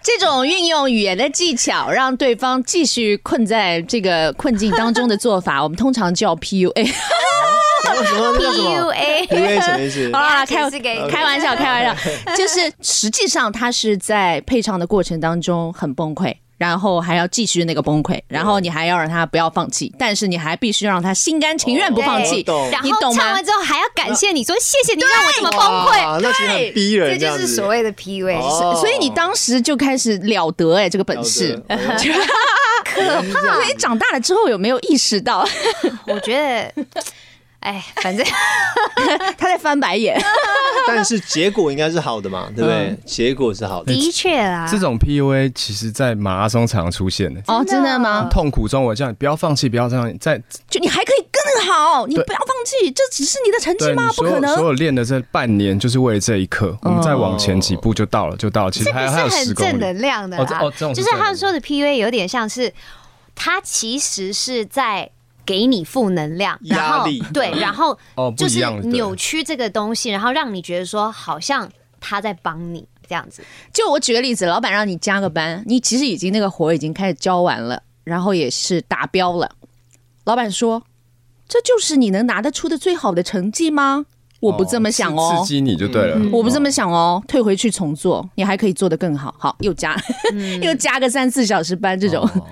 C: 这种运用语言的技巧，让对方继续困在这个困境当中的做法，我们通常叫 PUA。
F: 什么什么那叫什么
E: PUA
F: PUA 什么意思
C: 好？啦，开
E: 解释给你
C: 开玩笑，开玩 笑，就是实际上他是在配唱的过程当中很崩溃。然后还要继续那个崩溃，然后你还要让他不要放弃，但是你还必须让他心甘情愿不放
F: 我
D: 哦
C: 弃。
F: 哦懂
E: 然
C: 你
E: 后
C: 懂吗
E: 唱完之后还要感谢你说谢谢你让我这么崩溃，
F: 哇那其实很逼人，
E: 这
F: 这样
E: 就
F: 子。
E: 是所谓的 PUA。
F: 哦
C: 所以你当时就开始了得哎、这个本事。
F: 了得哎呦
E: 可怕
C: 所以长大了之后有没有意识 到
E: 我觉得，哎，反正
C: 他在翻白眼？
F: 但是结果应该是好的 嘛，对不对？结果是好的。
E: 的确
C: 啊
E: 啦，哦
D: 这种 PUA 其实，在马拉松常出现的。
C: 哦，真的吗？
D: 痛苦中，我叫你不要放弃，不要这样。在
C: 就你还可以更好，你
D: 对
C: 不要放弃，这只是你的成绩
D: 对
C: 吗
D: 你？
C: 不
D: 所
C: 可
D: 有所
C: 能。哦
D: 有练的这半年，就是为了这一刻。我们再往前几步就到了，就到了。其实还有还有
E: 是
D: 十
E: 很
D: 公
E: 正
D: 里。
E: 能量的
D: 哦这
E: 啦，
D: 哦这种
E: 就是
D: 正能
E: 他
D: 量
E: 说的 PUA 有点像是，他其实是在。给你负能量，然
F: 压
E: 后
F: 力
E: 对，然后
D: 哦不
E: 就
D: 一
E: 是
D: 样对
E: 扭曲这个东西，然后让你觉得说好像他在帮你这样子。
C: 就我举个例子，老板让你加个班，你其实已经那个活已经开始交完了，然后也是达标
F: 哦
C: 了。老板说：“这就是你能拿得出的最好的成绩吗？我不这么想哦，
D: 刺激你就对了。
C: 我不这么想哦，退回去重做，你还可以做得更好。好，又加 又加个三四小时班这
F: 嗯
C: 种，
D: 哦，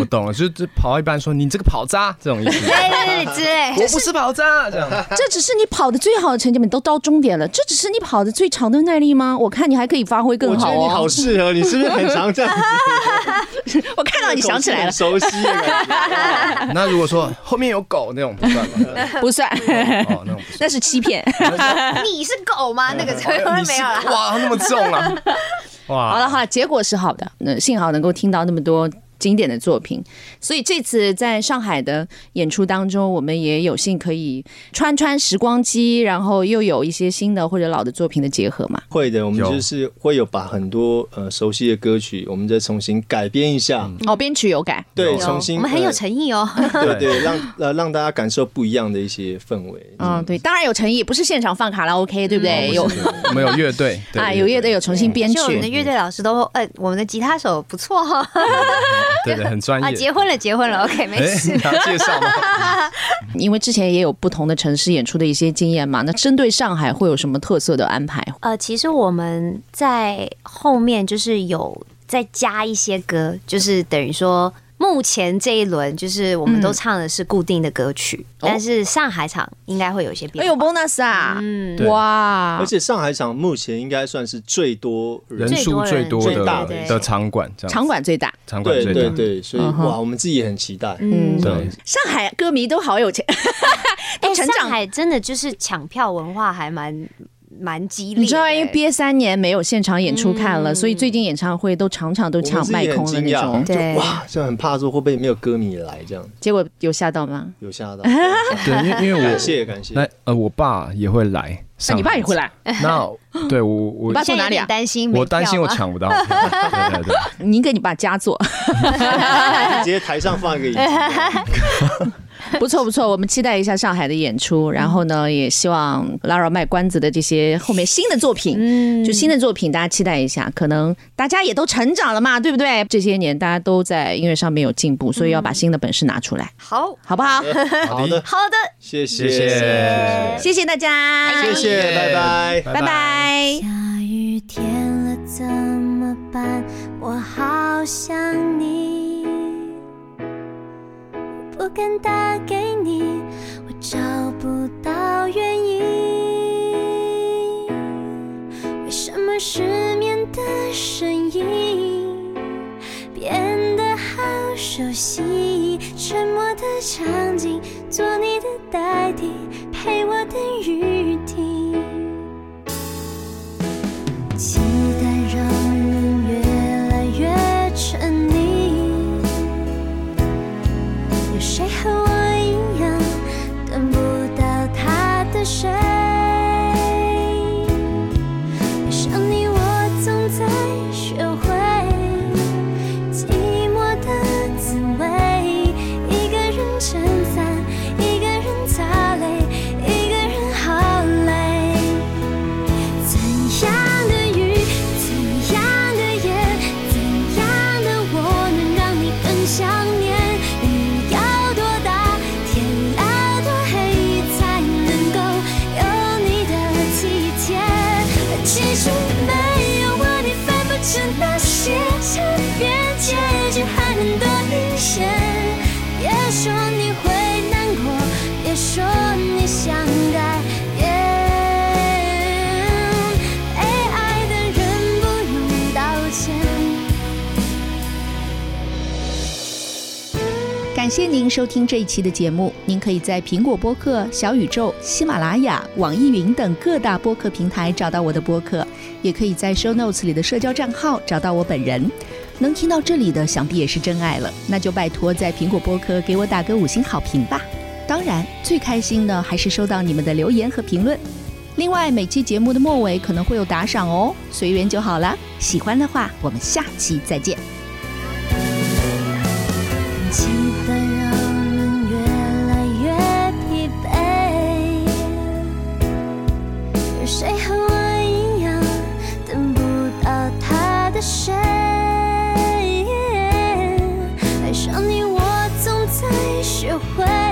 D: 我懂了，就是这跑一般说你这个跑渣这种意 思。
C: 哎
E: 对对对对，
D: 我不是跑渣，这样。
C: 这只是你跑的最好的成绩，你都到终点了，这只是你跑的最长的耐力吗？我看你还可以发挥
F: 我
C: 更
F: 觉
C: 好
F: 得你好
C: 哦。
F: 适合，你是不是很常这 样子？
C: 我看到你想 起来了
F: 很，熟悉的感觉。
D: 那如果说后面有狗那种不算 吧？
C: 不算，
D: 哦，那种 不
C: 那是欺骗。
E: 你是狗吗？那个就
D: 算。你
E: 没
D: 是
E: 有了。
D: 哇，那么重 啊！哇，
C: 好了好了，结果是好的，那幸好能够听到那么多经典的作品，所以这次在上海的演出当中，我们也有幸可以穿穿时光机，然后又有一些新的或者老的作品的结合嘛。
F: 会的，我们
D: 有
F: 就是会有把很多呃熟悉的歌曲，我们再重新改编一下，
C: 哦，编曲有改，
F: 对，
D: 有
F: 重新
E: 我们很有
F: 呃
E: 诚意哦，
F: 对 对，让呃让大家感受不一样的一些氛围。
C: 嗯，对，当然有诚意，不是现场放卡拉 OK，对不对？有
D: 我们有乐队，对
C: 啊，有乐队有，重新编
E: 就我们的
C: 曲，
E: 乐队老师都，呃，我们的吉他手不错哈、哦，
D: 对对，很专业。
E: 啊，结婚了，结婚了，OK，没事
D: 哎，。你要介绍吗？
C: 因为之前也有不同的城市演出的一些经验嘛。那针对上海会有什么特色的安排？
E: 呃，其实我们在后面就是有再加一些歌，就是等于说。目前这一轮就是我们都唱的是固定的歌曲，
C: 嗯哦
E: 但是上海场应该会有一些变
C: 哎
E: 化。
C: 呦，bonus 啊！
E: 嗯，
D: 对
C: 哇
F: 而，且上海场目前应该算是最多人
D: 人数最多
F: 最大
D: 的
F: 的
D: 的场馆，这样
C: 场馆最大，
D: 场馆
F: 对
D: 最
F: 对
D: 大。
F: 对，所以
C: 嗯哼
F: 哇，我们自己也很期待。
E: 嗯，
D: 对，
C: 上海歌迷都好有钱，
E: 哎、
C: 成长
E: 上海真的就是抢票文化还蛮蛮激烈的。
C: 你知道，因为憋三年没有现场演出看了，所以最近演唱会都场场都
F: 我们
C: 抢
F: 自己
C: 卖
F: 也很
C: 空了
F: 惊
C: 那种
F: 讶，。就
E: 对
F: 哇，就很怕说会不会没有歌迷来这样，
C: 结果有吓到吗？
F: 有 吓到。
D: 对，因为因为我
F: 感谢感谢，
D: 那呃，我爸也会来，
C: 那你爸也会
D: 来？
C: 来？
D: 那对我我
C: 你爸
E: 现
C: 住
E: 在
C: 哪
E: 有
C: 里啊
E: 点担心没
D: 我担心
E: 票
D: 我
E: 吗
D: 抢不到票，对对对，
C: 你给你爸家 做，
F: 直接台上放一个椅子，
C: 不错不错。我们期待一下上海的演出，然后呢，也希望 Lara 卖关子的这些后面新的作品。
E: 嗯
C: 就新的作品，大家期待一下，可能大家也都成长了嘛，对不对？这些年大家都在音乐上面有进步，所以要把新的本事拿出来，
E: 好
C: 好不好？
F: 好的，
E: 好的，
F: 谢
D: 谢谢，
C: 谢谢大家，
F: 谢谢，拜拜。
C: 拜拜。
G: 下雨天了怎么办？我好想你，我不敢打给你，我找不到原因。为什么失眠的声音变得好熟悉？沉默的场景，做你的代替，陪我等雨停。期待让人越来越沉溺。有谁和我一样等不到他的谁？爱上你，我总在学会寂寞的滋味。一个人撑伞，一个人擦泪，一个人好累。怎样的雨，怎样的夜，怎样的我能让你更想念？雨要多大，天要多黑，才能够有你的体贴？其实没有我，你分不出那些差别，结局还能多一些。别说你会难过，别说你想改变，被爱的人不用道歉。
A: 感谢您收听这一期的节目。您可以在苹果播客、小宇宙、喜马拉雅、网易云等各大播客平台找到我的播客，也可以在 Show Notes 里的社交账号找到我本人。能听到这里的，想必也是真爱了。那就拜托在苹果播客给我打个五星好评吧。当然，最开心的还是收到你们的留言和评论。另外，每期节目的末尾可能会有打赏哦，随缘就好了。喜欢的话，我们下期再见。
G: 期待让人越来越疲惫，有谁和我一样等不到他的谁？爱上你，我总在学会